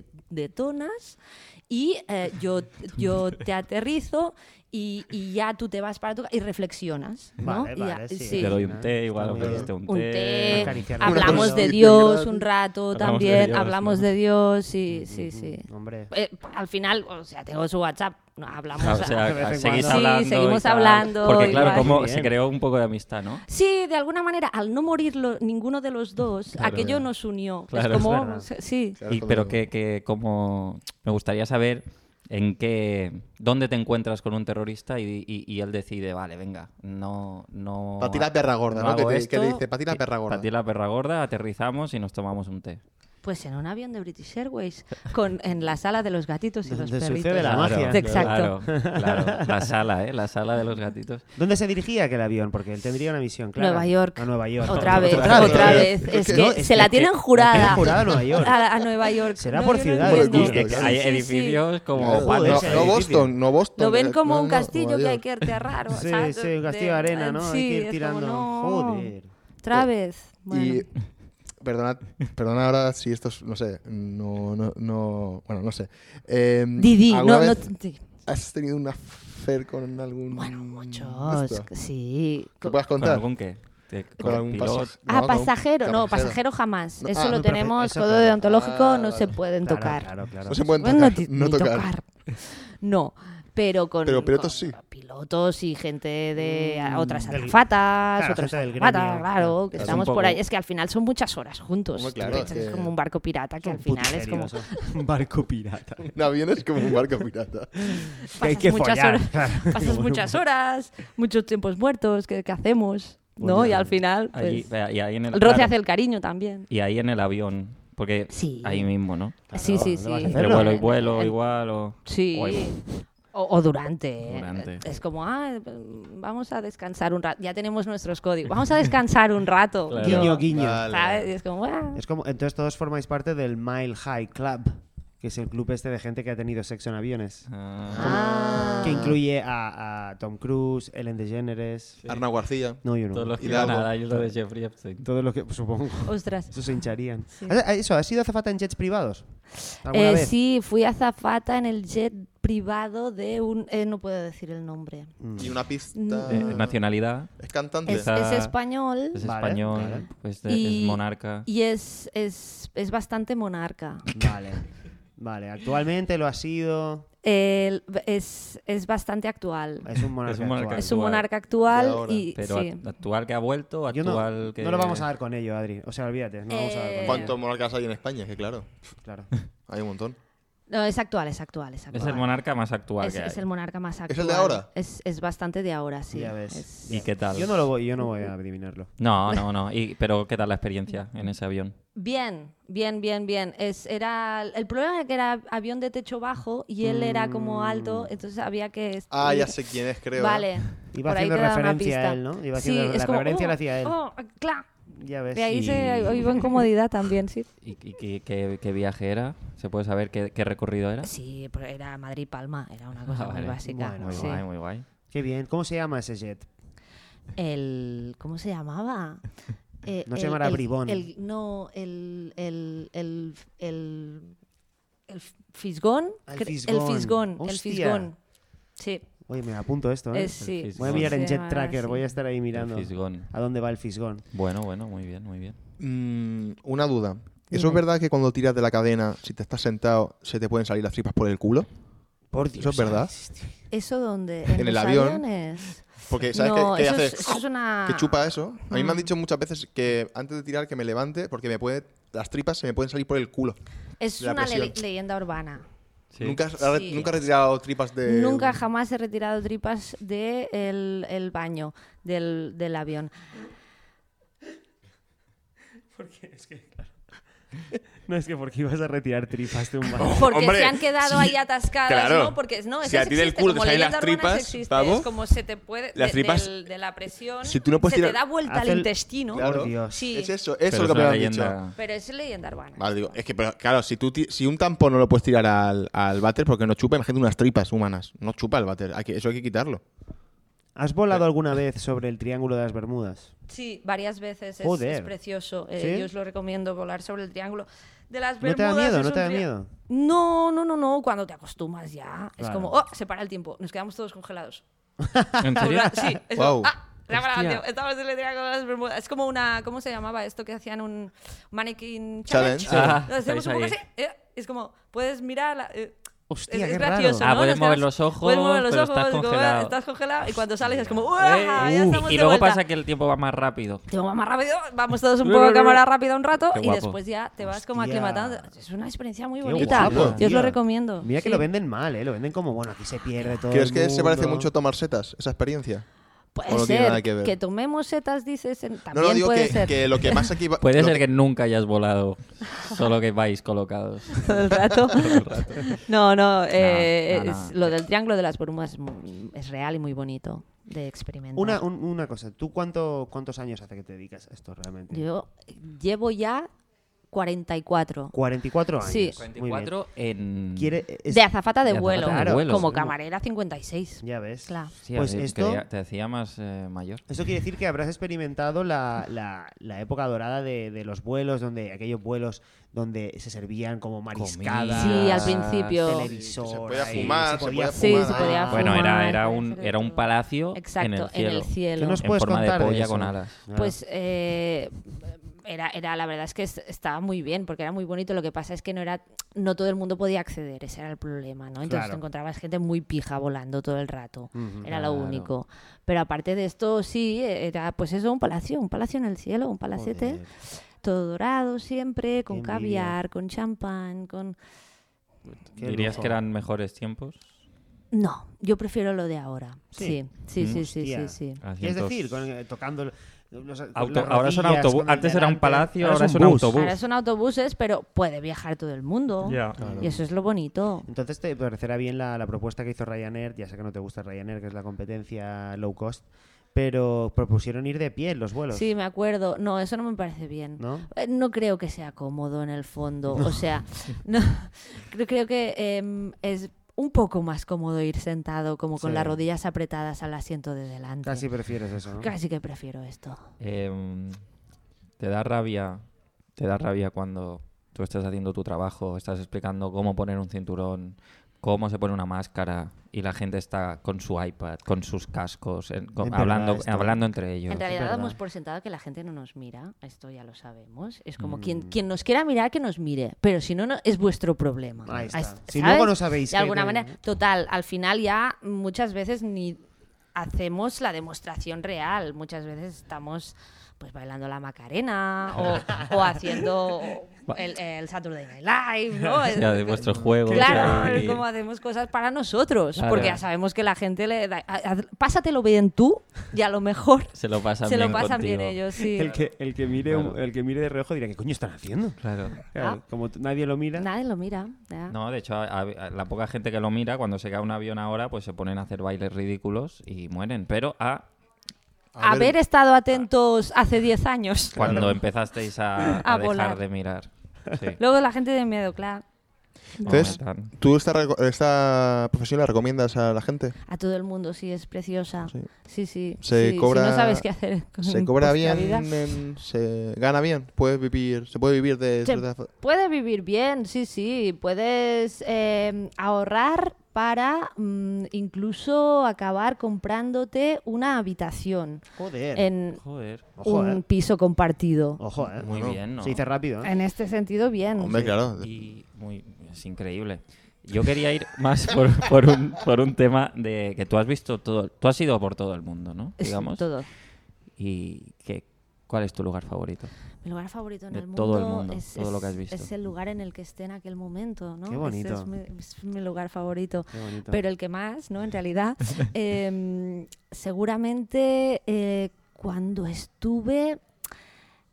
Speaker 3: detonas y eh, yo, yo te aterrizo y, y ya tú te vas para tu ca- y reflexionas, ¿no?
Speaker 4: Vale,
Speaker 3: Y ya-
Speaker 4: vale, sí.
Speaker 3: sí.
Speaker 1: Te doy un
Speaker 4: Ah,
Speaker 1: té, igual
Speaker 4: está muy
Speaker 1: ofreciste un té.
Speaker 3: Un té,
Speaker 4: Acariciar la
Speaker 3: hablamos
Speaker 4: mano.
Speaker 3: de
Speaker 2: Sí,
Speaker 3: Dios
Speaker 2: claro.
Speaker 3: un rato
Speaker 1: Hablamos de
Speaker 3: también,
Speaker 1: Dios,
Speaker 3: hablamos
Speaker 1: ¿no?
Speaker 3: de Dios y sí, sí.
Speaker 4: Hombre.
Speaker 3: Eh, al final, o sea, tengo su WhatsApp, no, hablamos.
Speaker 1: Ah, O
Speaker 4: De vez
Speaker 1: sea,
Speaker 4: en
Speaker 1: seguís
Speaker 4: cuando.
Speaker 1: hablando.
Speaker 3: Sí,
Speaker 1: y
Speaker 3: seguimos
Speaker 1: tal.
Speaker 3: hablando
Speaker 1: Porque,
Speaker 3: y
Speaker 1: claro,
Speaker 3: tal.
Speaker 1: como
Speaker 4: Muy
Speaker 1: se
Speaker 4: bien.
Speaker 1: creó un poco de amistad, ¿no?
Speaker 3: Sí, de alguna manera, al no morir lo- ninguno de los dos, aquello nos unió.
Speaker 1: Claro,
Speaker 3: es
Speaker 1: es
Speaker 3: como,
Speaker 4: verdad.
Speaker 3: sí.
Speaker 2: Claro,
Speaker 1: Y-
Speaker 2: joder,
Speaker 1: pero
Speaker 2: no.
Speaker 1: que, que como me gustaría saber en qué dónde te encuentras con un terrorista y, y- y él decide vale venga no no
Speaker 2: Pa' ti la perra gorda, ¿no?
Speaker 1: hago
Speaker 2: Que te- que
Speaker 1: esto,
Speaker 2: te dice, "Pa' ti la
Speaker 1: que-
Speaker 2: perra gorda".
Speaker 1: pa' ti la perra gorda aterrizamos y nos tomamos un té
Speaker 3: Pues en un avión de British Airways, con, en la sala de los gatitos y los
Speaker 4: Donde
Speaker 3: perritos.
Speaker 4: sucede la magia.
Speaker 3: Exacto.
Speaker 1: claro, claro. la sala eh la sala de los gatitos
Speaker 4: ¿Dónde se dirigía aquel avión? Porque él tendría una misión, claro.
Speaker 3: Nueva York.
Speaker 4: A Nueva York.
Speaker 3: Otra vez,
Speaker 2: Otra
Speaker 3: otra,
Speaker 2: vez. Es
Speaker 3: vez. Es
Speaker 2: que
Speaker 3: que
Speaker 2: no,
Speaker 3: se
Speaker 4: es
Speaker 3: la
Speaker 4: que-
Speaker 3: tienen
Speaker 4: la
Speaker 3: jurada.
Speaker 4: tienen jurada a Nueva York.
Speaker 3: A, a Nueva York.
Speaker 4: Será
Speaker 3: No,
Speaker 4: por
Speaker 3: yo no
Speaker 4: ciudades,
Speaker 2: Por el
Speaker 3: entiendo.
Speaker 2: gusto,
Speaker 1: Que- que
Speaker 2: claro.
Speaker 1: hay
Speaker 3: Sí, sí, sí.
Speaker 1: edificios como
Speaker 2: No,
Speaker 4: Joder,
Speaker 1: panes.
Speaker 4: ese
Speaker 2: no, no
Speaker 4: edificio.
Speaker 2: Boston, no Boston.
Speaker 3: Lo ven
Speaker 2: eh,
Speaker 3: como
Speaker 2: no,
Speaker 3: un
Speaker 2: no,
Speaker 3: castillo
Speaker 2: Nueva
Speaker 3: que hay
Speaker 2: York.
Speaker 3: que aterrar.
Speaker 4: Sí,
Speaker 3: ¿sabes?
Speaker 4: sí, un castillo
Speaker 3: De-
Speaker 4: de arena, ¿no? Hay
Speaker 3: sí,
Speaker 4: que
Speaker 3: es
Speaker 4: ir
Speaker 3: como,
Speaker 4: tirando.
Speaker 3: no,
Speaker 4: Joder.
Speaker 3: Otra vez.
Speaker 2: Y mm,
Speaker 3: Bueno.
Speaker 2: perdona, perdona ahora si esto es, no sé, no, no, no, bueno, no sé. Eh,
Speaker 3: Didi, no,
Speaker 2: ¿alguna
Speaker 3: no.
Speaker 2: vez Mm,
Speaker 3: sí.
Speaker 2: ¿Has tenido una affair con algún...
Speaker 3: Bueno,
Speaker 2: de
Speaker 3: muchos.
Speaker 2: esto?
Speaker 3: Sí.
Speaker 2: ¿Que puedas
Speaker 1: con
Speaker 2: contar?
Speaker 1: algún qué Te-
Speaker 2: Con algún
Speaker 1: piloto.
Speaker 2: pasaje- no,
Speaker 3: Ah,
Speaker 2: con un
Speaker 3: pasajero. No, pasajero jamás.
Speaker 2: No,
Speaker 3: Eso
Speaker 2: ah,
Speaker 3: lo
Speaker 4: no, perfecto,
Speaker 3: tenemos,
Speaker 4: eso
Speaker 3: todo
Speaker 4: claro.
Speaker 3: deontológico,
Speaker 2: Ah,
Speaker 3: no
Speaker 2: vale.
Speaker 3: se pueden
Speaker 4: Claro,
Speaker 3: tocar.
Speaker 4: claro, claro.
Speaker 2: No se pueden
Speaker 3: Bueno,
Speaker 2: tocar,
Speaker 3: ti-
Speaker 2: no
Speaker 3: ni
Speaker 2: tocar.
Speaker 3: No, pero con.
Speaker 2: Pero pilotos
Speaker 3: con
Speaker 2: sí.
Speaker 3: Pilotos y gente de a- otras
Speaker 4: Mm, del-
Speaker 3: azafatas,
Speaker 4: claro,
Speaker 3: otras
Speaker 4: gente del
Speaker 3: azafatas,
Speaker 4: gremio,
Speaker 3: claro, que
Speaker 1: Es un
Speaker 3: estamos por
Speaker 1: poco-
Speaker 3: ahí. Es que al final son muchas horas juntos.
Speaker 2: Hombre, claro,
Speaker 3: es,
Speaker 2: es que-
Speaker 3: como un barco pirata que al final es como.
Speaker 4: Un barco pirata.
Speaker 2: Un avión es como un barco pirata.
Speaker 4: Que hay
Speaker 3: pasas
Speaker 4: que
Speaker 3: muchas
Speaker 4: follar.
Speaker 3: horas, pasas muchas horas, muchos tiempos muertos, ¿qué, qué hacemos? ¿No?
Speaker 1: Bueno,
Speaker 3: Y al final, pues,
Speaker 1: Allí- y ahí en el,
Speaker 3: el roce
Speaker 1: claro,
Speaker 3: hace el cariño también.
Speaker 1: y ahí en el avión porque
Speaker 3: Sí.
Speaker 1: ahí mismo no
Speaker 3: sí, sí, sí.
Speaker 4: ¿dónde vas a
Speaker 1: Entre
Speaker 4: Pero-
Speaker 1: vuelo y vuelo
Speaker 3: En-
Speaker 1: igual o
Speaker 3: Sí.
Speaker 1: o hay-
Speaker 3: O, o durante. ¿eh?
Speaker 1: Durante.
Speaker 3: Es como, ah, vamos a descansar un rato. Ya tenemos nuestros códigos. Vamos a descansar un rato.
Speaker 1: Claro.
Speaker 3: Yo-
Speaker 4: Guiño, guiño.
Speaker 2: Vale.
Speaker 3: ¿Sabes? Y es como, "Ah".
Speaker 4: Es como, entonces todos formáis parte del Mile High Club, que es el club este de gente que ha tenido sexo en aviones.
Speaker 1: Ah,
Speaker 3: Ah.
Speaker 4: Que incluye a, a Tom Cruise, Ellen DeGeneres.
Speaker 2: Arnau García.
Speaker 4: No, yo no.
Speaker 1: todos los que
Speaker 2: Hidalgo.
Speaker 1: van a la isla de Jeffrey Epstein Eh,
Speaker 4: Todos los que, supongo.
Speaker 3: Ostras.
Speaker 4: Eso se hincharían. Ah, Eso, ¿has sido azafata en jets privados? ¿Alguna
Speaker 3: Eh,
Speaker 4: vez?
Speaker 3: sí, fui a Zafata en el jet privado de un. eh, no puedo decir el nombre.
Speaker 2: Y una pista...
Speaker 3: Mm.
Speaker 1: Eh, nacionalidad
Speaker 2: Es cantante.
Speaker 3: Es,
Speaker 1: Esa-
Speaker 3: es español
Speaker 1: es
Speaker 4: Vale,
Speaker 1: español
Speaker 4: vale.
Speaker 1: pues, de-
Speaker 3: Y-
Speaker 1: es monarca
Speaker 3: y es, es, es bastante monarca.
Speaker 4: Vale. Vale, actualmente lo ha sido.
Speaker 3: El- es, es bastante actual.
Speaker 4: Es un monarca.
Speaker 1: Es un monarca.
Speaker 4: actual.
Speaker 3: Es un
Speaker 1: Actual.
Speaker 2: De
Speaker 3: monarca actual
Speaker 2: ahora.
Speaker 3: y.
Speaker 1: pero
Speaker 3: sí.
Speaker 1: act- actual que ha vuelto
Speaker 4: Yo
Speaker 1: actual
Speaker 4: no,
Speaker 1: que
Speaker 4: no lo vamos a dar con ello, Adri. O sea, olvídate. No vamos a dar con
Speaker 3: Eh,
Speaker 4: ello.
Speaker 2: ¿Cuántos monarcas hay en España? Que claro,
Speaker 4: Claro.
Speaker 2: hay un montón.
Speaker 3: No, es actual, es actual, es actual.
Speaker 1: es el monarca más actual
Speaker 3: Es,
Speaker 1: que hay.
Speaker 3: es el monarca más actual.
Speaker 2: el de ahora?
Speaker 3: Es, es bastante de ahora, sí.
Speaker 4: Ya ves.
Speaker 3: Es-
Speaker 1: y qué tal
Speaker 4: Yo no, lo voy, yo no voy a adivinarlo.
Speaker 1: no no no Y- pero qué tal la experiencia en ese avión
Speaker 3: Bien, bien, bien, bien. Es, era, el problema era que era avión de techo bajo y él era
Speaker 4: Mm.
Speaker 3: como alto, entonces había que...
Speaker 2: Ah,
Speaker 3: ir-
Speaker 2: ya sé quién es, creo. ¿eh?
Speaker 3: Vale.
Speaker 4: Iba
Speaker 3: por ahí
Speaker 4: haciendo
Speaker 3: te da una
Speaker 4: referencia a
Speaker 3: pista.
Speaker 4: él, ¿no? Iba
Speaker 3: Sí,
Speaker 4: haciendo-
Speaker 3: es
Speaker 4: la
Speaker 3: como, oh,
Speaker 4: reverencia la hacía él. Pues
Speaker 3: Oh, claro.
Speaker 4: Ya ves.
Speaker 3: De ahí se
Speaker 1: Y-
Speaker 3: iba en comodidad también, sí.
Speaker 1: y, y- y qué, qué viaje era se puede saber qué, qué recorrido era
Speaker 3: Sí, pero era Madrid-Palma, era una cosa
Speaker 1: Ah,
Speaker 3: muy
Speaker 1: vale.
Speaker 3: básica.
Speaker 4: Bueno,
Speaker 1: muy
Speaker 3: sí.
Speaker 1: guay muy guay
Speaker 4: Qué bien. ¿Cómo se llama ese jet?
Speaker 3: el ¿cómo se llamaba? Eh,
Speaker 4: No se llamará Bribón.
Speaker 3: el- no, el el el el, el fisgón,
Speaker 4: Ah, el
Speaker 3: cre-
Speaker 4: fisgón.
Speaker 3: el fisgón, el
Speaker 4: Hostia.
Speaker 3: fisgón. Sí,
Speaker 4: Oye, me apunto esto, ¿eh?
Speaker 3: es- sí.
Speaker 1: fisgón.
Speaker 4: Voy a mirar
Speaker 3: se
Speaker 4: en Jet
Speaker 3: llamará
Speaker 4: Tracker,
Speaker 3: así.
Speaker 4: voy a estar ahí mirando
Speaker 1: El fisgón
Speaker 4: a dónde va el fisgón.
Speaker 1: bueno bueno muy bien muy bien
Speaker 2: Mm, una duda. ¿Eso
Speaker 3: Dime.
Speaker 2: es verdad que cuando tiras de la cadena, si te estás sentado, se te pueden salir las tripas por el culo?
Speaker 4: Por
Speaker 2: ¿Eso es verdad?
Speaker 3: Eso donde
Speaker 2: En el
Speaker 3: los
Speaker 2: avión.
Speaker 3: aviones?
Speaker 2: Porque, ¿sabes
Speaker 3: no,
Speaker 2: qué, qué
Speaker 3: eso,
Speaker 2: hace?
Speaker 3: es, eso es una Mm.
Speaker 2: Que chupa eso. A mí me han dicho muchas veces que antes de tirar que me levante porque me puede, las tripas se me pueden salir por el culo.
Speaker 3: es
Speaker 2: la
Speaker 3: una le-
Speaker 2: presión.
Speaker 3: leyenda urbana.
Speaker 1: Sí.
Speaker 2: Nunca, has- has-
Speaker 3: Sí.
Speaker 2: nunca he retirado tripas de...
Speaker 3: Nunca jamás he retirado tripas del el, el baño del, del avión.
Speaker 4: No es que porque ibas a retirar tripas de un bar.
Speaker 3: Porque
Speaker 8: Hombre,
Speaker 3: se han quedado
Speaker 8: sí,
Speaker 3: ahí atascadas,
Speaker 8: claro.
Speaker 3: ¿no? Porque no, eso
Speaker 8: Si a ti del
Speaker 3: existe,
Speaker 8: culo te
Speaker 3: como
Speaker 8: salen
Speaker 3: leyenda
Speaker 8: las
Speaker 3: urbana, eso
Speaker 8: tripas,
Speaker 3: existe,
Speaker 8: pavo,
Speaker 3: es como se te puede
Speaker 8: las
Speaker 3: de-
Speaker 8: tripas-
Speaker 3: del- de, la presión,
Speaker 2: Si tú no puedes
Speaker 3: se te
Speaker 2: tirar-
Speaker 3: da vuelta
Speaker 4: Hace
Speaker 3: al
Speaker 4: el-
Speaker 3: intestino,
Speaker 2: Claro.
Speaker 4: Dios.
Speaker 3: Sí.
Speaker 2: Es eso,
Speaker 1: Pero
Speaker 2: eso es lo que me
Speaker 1: una
Speaker 2: habían dicho.
Speaker 1: leyenda-
Speaker 3: pero es leyenda urbana.
Speaker 2: Vale, digo, es que, pero, claro, si, tú ti- si un tampón no lo puedes tirar al, al váter porque no chupa, imagínate unas tripas humanas. No chupa el váter, hay que- eso hay que quitarlo.
Speaker 4: ¿Has volado alguna vez sobre el Triángulo de las Bermudas?
Speaker 3: Sí, varias veces. Es,
Speaker 4: Joder.
Speaker 3: es precioso. Eh,
Speaker 4: ¿Sí?
Speaker 3: Yo os lo recomiendo volar sobre el triángulo de las
Speaker 4: ¿No te da
Speaker 3: Bermudas.
Speaker 4: miedo,
Speaker 3: es
Speaker 4: no
Speaker 3: un
Speaker 4: te da
Speaker 3: tri-
Speaker 4: miedo?
Speaker 3: No, no, no, no. Cuando te acostumbras ya. Es
Speaker 4: Claro.
Speaker 3: como, oh, se para el tiempo. Nos quedamos todos congelados.
Speaker 1: ¿En serio?
Speaker 3: Hola, Sí, es
Speaker 2: Guau.
Speaker 3: como, ah, se ha parado el
Speaker 4: Hostia.
Speaker 3: tiempo. Estamos en el triángulo de las Bermudas. Es como una, ¿cómo se llamaba esto que hacían un mannequin challenge?
Speaker 2: Challenge.
Speaker 1: Ah,
Speaker 3: Lo hacemos un poco
Speaker 1: estáis
Speaker 3: así.
Speaker 1: ahí.
Speaker 3: eh, es como, puedes mirar la- eh,
Speaker 4: Hostia,
Speaker 3: es,
Speaker 4: qué
Speaker 3: es gracioso,
Speaker 1: raro. Ah,
Speaker 3: ¿no?
Speaker 1: puedes
Speaker 3: Nos
Speaker 1: mover
Speaker 3: quedamos-
Speaker 1: los ojos,
Speaker 3: puedes mover los
Speaker 1: pero
Speaker 3: ojos,
Speaker 1: estás
Speaker 3: como,
Speaker 1: congelado.
Speaker 3: estás congelado, y cuando sales es como,
Speaker 1: Eh,
Speaker 3: ¡uah! ya
Speaker 1: uf,
Speaker 3: estamos
Speaker 1: y
Speaker 3: de
Speaker 1: luego
Speaker 3: vuelta.
Speaker 1: pasa que el tiempo va más rápido.
Speaker 3: Te vas más rápido, vamos todos un poco a cámara rápida un rato
Speaker 1: Qué
Speaker 3: y
Speaker 1: guapo.
Speaker 3: después ya te vas como
Speaker 4: Hostia.
Speaker 3: aclimatando. Es una experiencia muy
Speaker 4: Qué
Speaker 3: bonita.
Speaker 4: guapo,
Speaker 3: Yo os
Speaker 4: tío.
Speaker 3: lo recomiendo.
Speaker 4: Mira
Speaker 3: Sí.
Speaker 4: que lo venden mal, ¿eh? Lo venden como, bueno, aquí se pierde todo.
Speaker 2: ¿Crees
Speaker 4: el
Speaker 2: que se parece
Speaker 4: mundo.
Speaker 2: mucho a tomar setas, esa experiencia?
Speaker 3: Puede
Speaker 2: O no tiene
Speaker 3: ser
Speaker 2: nada que ver.
Speaker 3: tomemos setas, dices, en- también
Speaker 2: no, no, digo
Speaker 3: puede
Speaker 2: que,
Speaker 3: ser.
Speaker 2: que lo que más aquí va-
Speaker 1: Puede
Speaker 2: lo
Speaker 1: ser que nunca hayas volado, solo que vais colocados.
Speaker 3: todo el rato. No, no, eh,
Speaker 1: no,
Speaker 3: es-
Speaker 1: no.
Speaker 3: lo del triángulo de las Bermudas es, muy- es real y muy bonito de experimentar.
Speaker 4: Una, un- una cosa, ¿tú cuánto, cuántos años hace que te dedicas a esto realmente?
Speaker 3: Yo llevo ya 44
Speaker 4: 44 años.
Speaker 3: Sí.
Speaker 4: Muy bien.
Speaker 1: 24 en...
Speaker 4: Quiere- es-
Speaker 3: de azafata de
Speaker 1: de
Speaker 3: vuelo,
Speaker 1: azafata de vuelo.
Speaker 3: como
Speaker 1: Claro.
Speaker 3: camarera 56.
Speaker 4: Ya ves.
Speaker 3: Claro.
Speaker 1: Sí,
Speaker 4: Pues
Speaker 1: eh, te-
Speaker 4: esto-
Speaker 1: te- Te hacía más eh, mayor.
Speaker 4: Eso quiere decir que habrás experimentado la, la- la época dorada de, de los vuelos, donde aquellos vuelos donde se servían como mariscadas.
Speaker 3: Sí, al principio.
Speaker 4: televisor,
Speaker 2: Se podía
Speaker 4: ahí,
Speaker 2: fumar, se podía
Speaker 3: Sí, se podía
Speaker 4: fumar. Ah,
Speaker 1: Bueno, era, era,
Speaker 3: Fumar,
Speaker 1: un,
Speaker 3: hacer
Speaker 1: era un
Speaker 3: todo.
Speaker 1: palacio en el
Speaker 3: Exacto, en
Speaker 1: cielo.
Speaker 3: el cielo.
Speaker 4: ¿Qué nos
Speaker 1: En
Speaker 4: puedes
Speaker 1: forma de
Speaker 4: contar
Speaker 1: polla
Speaker 4: eso?
Speaker 1: con alas.
Speaker 4: Claro.
Speaker 3: Pues eh, era, era, la verdad es que es- estaba muy bien, porque era muy bonito. Lo que pasa es que no era, no todo el mundo podía acceder, ese era el problema, ¿no? Entonces
Speaker 4: Claro.
Speaker 3: te encontrabas gente muy pija volando todo el rato.
Speaker 4: Ujú.
Speaker 3: Era
Speaker 1: Claro.
Speaker 3: lo único. Pero aparte de esto, sí, era pues eso, un palacio, un palacio en el cielo, un palacete,
Speaker 4: Joder.
Speaker 3: todo dorado siempre, con
Speaker 4: envidia.
Speaker 3: caviar, con champán, con...
Speaker 4: Qué
Speaker 1: ¿Dirías
Speaker 4: lujo.
Speaker 1: que eran mejores tiempos?
Speaker 3: No, yo prefiero lo de ahora. Sí,
Speaker 4: Sí.
Speaker 3: sí, sí, sí, sí,
Speaker 4: Hostia.
Speaker 3: sí.
Speaker 4: ¿Quieres
Speaker 1: Asientos-
Speaker 4: decir? Con, eh, tocando los- los-
Speaker 1: Auto-
Speaker 4: las
Speaker 1: ahora son
Speaker 4: rodillas
Speaker 1: autobús.
Speaker 4: con el
Speaker 1: Antes era un
Speaker 4: delante.
Speaker 1: palacio,
Speaker 4: Ahora
Speaker 1: ahora
Speaker 4: es
Speaker 1: es
Speaker 4: un
Speaker 1: un
Speaker 4: bus.
Speaker 1: autobús.
Speaker 3: Ahora son autobuses, pero puede viajar todo el mundo.
Speaker 1: Ya.
Speaker 2: Claro.
Speaker 3: Y eso es lo bonito.
Speaker 4: Entonces te parecerá bien la, la propuesta que hizo Ryanair, ya sé que no te gusta Ryanair, que es la competencia low cost, pero propusieron ir de pie en los vuelos.
Speaker 3: Sí, me acuerdo. No, eso no me parece bien.
Speaker 4: ¿No?
Speaker 3: Eh, No creo que sea cómodo en el fondo. O sea, no, creo, creo que em, es un poco más cómodo ir sentado, como con
Speaker 4: Sí.
Speaker 3: las rodillas apretadas al asiento de delante.
Speaker 4: Casi prefieres eso, ¿no?
Speaker 3: Casi que prefiero esto.
Speaker 1: Em, te da rabia. Te da rabia cuando tú estás haciendo tu trabajo, estás explicando cómo poner un cinturón, cómo se pone una máscara y la gente está con su iPad, con sus cascos, en- con-
Speaker 4: Es verdad
Speaker 1: hablando,
Speaker 4: esto.
Speaker 1: hablando entre ellos.
Speaker 3: en realidad
Speaker 4: verdad.
Speaker 3: damos por sentado que la gente no nos mira, esto ya lo sabemos. Es como quien,
Speaker 4: Mm.
Speaker 3: quien nos quiera mirar, que nos mire, pero si no, no es vuestro problema.
Speaker 4: Ahí está.
Speaker 3: Es-
Speaker 4: Si
Speaker 3: ¿sabes?
Speaker 4: luego no sabéis
Speaker 3: De
Speaker 4: qué
Speaker 3: alguna
Speaker 4: te-
Speaker 3: manera, total, al final ya muchas veces ni hacemos la demostración real, muchas veces estamos pues bailando la Macarena o, o haciendo el, el Saturday Night Live, ¿no? Es-
Speaker 1: Ya, de vuestros juegos.
Speaker 3: Claro,
Speaker 1: ahí.
Speaker 3: como hacemos cosas para nosotros,
Speaker 1: Claro.
Speaker 3: porque ya sabemos que la gente le da, a- a- pásatelo bien tú y a lo mejor
Speaker 1: Se lo pasan
Speaker 3: se lo
Speaker 1: bien
Speaker 3: pasan bien
Speaker 1: contigo.
Speaker 3: ellos, sí.
Speaker 4: El que, el, que mire un-
Speaker 1: Claro.
Speaker 4: el que mire de reojo dirá, ¿qué coño están haciendo?
Speaker 3: Ah.
Speaker 1: Claro.
Speaker 4: Claro, Como t- nadie lo mira.
Speaker 3: Nadie lo mira. ya.
Speaker 1: No, de hecho, a- a- la poca gente que lo mira, cuando se cae un avión ahora, pues se ponen a hacer bailes ridículos y mueren. Pero ah,
Speaker 2: A
Speaker 3: Haber
Speaker 2: ver- Ah.
Speaker 3: estado atentos hace 10 años.
Speaker 1: cuando empezasteis a, a
Speaker 3: A
Speaker 1: dejar
Speaker 3: volar.
Speaker 1: de mirar. Sí.
Speaker 3: Luego la gente de miedo, claro.
Speaker 2: Entonces,
Speaker 1: Momentan.
Speaker 2: ¿tú esta, reco- esta profesión la recomiendas a la gente?
Speaker 3: A todo el mundo, sí, es preciosa.
Speaker 2: Sí.
Speaker 3: Sí, sí.
Speaker 2: Se
Speaker 3: sí,
Speaker 2: cobra-
Speaker 3: Si no sabes qué hacer con
Speaker 2: ¿Se cobra
Speaker 3: vuestra
Speaker 2: bien?
Speaker 3: vida.
Speaker 2: em, ¿Se gana bien? ¿Puedes vivir? ¿Se puede vivir de...?
Speaker 3: Se
Speaker 2: de-
Speaker 3: puede vivir bien, sí, sí. Puedes eh, ahorrar para mm, incluso acabar comprándote una habitación
Speaker 4: Joder.
Speaker 3: en
Speaker 1: Joder.
Speaker 4: Ojo,
Speaker 3: un
Speaker 4: eh.
Speaker 3: piso compartido.
Speaker 4: Ojo, eh.
Speaker 1: Muy
Speaker 2: Bueno,
Speaker 1: bien, ¿no?
Speaker 4: Se dice rápido, ¿eh?
Speaker 3: En este sentido, bien.
Speaker 2: Hombre, claro.
Speaker 1: Y muy, es increíble. Yo quería ir más por, por un, por un tema de que tú has visto todo, tú has ido por todo el mundo, ¿no?
Speaker 3: Es
Speaker 1: Digamos.
Speaker 3: Todo.
Speaker 1: Y que, ¿cuál es tu lugar favorito?
Speaker 3: Mi lugar favorito en
Speaker 1: De
Speaker 3: el mundo,
Speaker 1: todo el mundo,
Speaker 3: es,
Speaker 1: todo lo que has
Speaker 3: es-
Speaker 1: visto.
Speaker 3: es el lugar en el que esté en aquel momento, ¿no?
Speaker 4: Qué
Speaker 3: Ese
Speaker 4: bonito.
Speaker 3: es, mi, es mi lugar favorito.
Speaker 4: Qué bonito.
Speaker 3: Pero el que más, ¿no? En realidad, em, seguramente eh, cuando estuve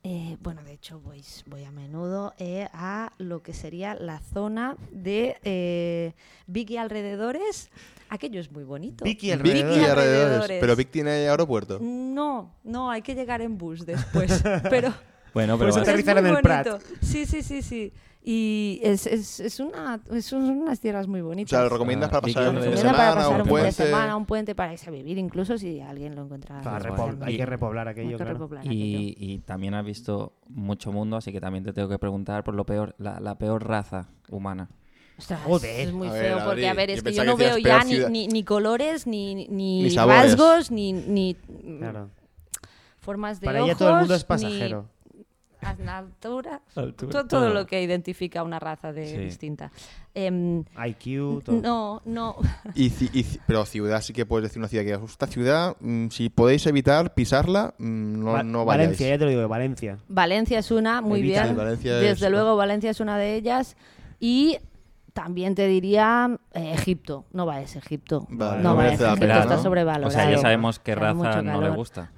Speaker 3: Eh, bueno, de hecho voy, voy a menudo eh, a lo que sería la zona de eh, Vicky alrededores. Aquello es muy bonito.
Speaker 4: Vicky
Speaker 2: Vic
Speaker 4: alrededor.
Speaker 3: Vicky
Speaker 2: y alrededores.
Speaker 3: alrededores.
Speaker 2: Pero Vic tiene aeropuerto.
Speaker 3: No, no, hay que llegar en bus después. pero
Speaker 1: Bueno,
Speaker 4: Por
Speaker 1: pero
Speaker 3: Pues
Speaker 4: eso
Speaker 1: vas-
Speaker 4: te- aterrizar
Speaker 3: muy
Speaker 4: en el Prat.
Speaker 3: bonito. Sí, sí, sí, sí. Y es, es, es una, es un- son unas tierras muy
Speaker 2: O
Speaker 3: bonitas.
Speaker 2: sea, lo recomiendas
Speaker 1: Ah,
Speaker 2: para
Speaker 1: Vic
Speaker 2: pasar un fin de
Speaker 1: alrededores.
Speaker 3: Recomienda para
Speaker 2: semana,
Speaker 3: pasar
Speaker 2: un
Speaker 3: un fin de
Speaker 2: puente.
Speaker 3: semana, un puente para irse a vivir, incluso si alguien lo encuentra.
Speaker 4: Para
Speaker 1: Joder.
Speaker 4: repobl-
Speaker 3: interesante.
Speaker 4: Hay que repoblar
Speaker 3: Hay que
Speaker 4: aquello, claro.
Speaker 3: repoblar aquello.
Speaker 1: Y, y también has visto mucho mundo, así que también te tengo que preguntar por lo peor, la, la peor raza humana.
Speaker 3: Ostras,
Speaker 4: Joder.
Speaker 3: es muy
Speaker 2: A ver,
Speaker 3: feo porque, a
Speaker 2: Adri,
Speaker 3: ver,
Speaker 2: yo
Speaker 3: es que
Speaker 2: pensaba
Speaker 3: yo
Speaker 2: que
Speaker 3: no
Speaker 2: decías
Speaker 3: veo ya
Speaker 2: peor
Speaker 3: ni,
Speaker 2: ciudad.
Speaker 3: ni, ni colores, ni, ni,
Speaker 2: Ni
Speaker 3: ni
Speaker 2: sabores.
Speaker 3: rasgos, ni, ni mm,
Speaker 4: Claro.
Speaker 3: formas de
Speaker 4: Para
Speaker 3: ojos.
Speaker 4: ella todo el mundo es
Speaker 3: ni
Speaker 4: pasajero.
Speaker 3: Altura,
Speaker 1: Altura,
Speaker 3: todo,
Speaker 1: todo.
Speaker 3: todo lo que identifica una raza de
Speaker 1: Sí.
Speaker 3: distinta. Em,
Speaker 4: IQ, todo.
Speaker 3: no, no.
Speaker 2: Y ci- y ci- pero ciudad sí que puedes decir una ciudad que digas, esta ciudad, mm, si podéis evitar pisarla, mm, no,
Speaker 4: Va-
Speaker 2: no vayáis.
Speaker 4: Valencia, ya te lo digo, Valencia.
Speaker 3: Valencia es una, muy
Speaker 4: Evita.
Speaker 3: bien.
Speaker 2: Sí, Valencia es-
Speaker 3: Desde luego, Valencia es una de ellas. Y también te diría eh, Egipto. No vayas a Egipto.
Speaker 2: Vale,
Speaker 3: no
Speaker 2: no
Speaker 3: vayas
Speaker 2: merece
Speaker 3: a
Speaker 2: la
Speaker 3: Egipto,
Speaker 2: pena,
Speaker 3: está
Speaker 2: ¿no?
Speaker 3: sobrevalorado.
Speaker 1: O sea, ya sabemos qué
Speaker 3: Hace
Speaker 1: raza no
Speaker 3: mucho
Speaker 1: le
Speaker 3: calor.
Speaker 1: gusta.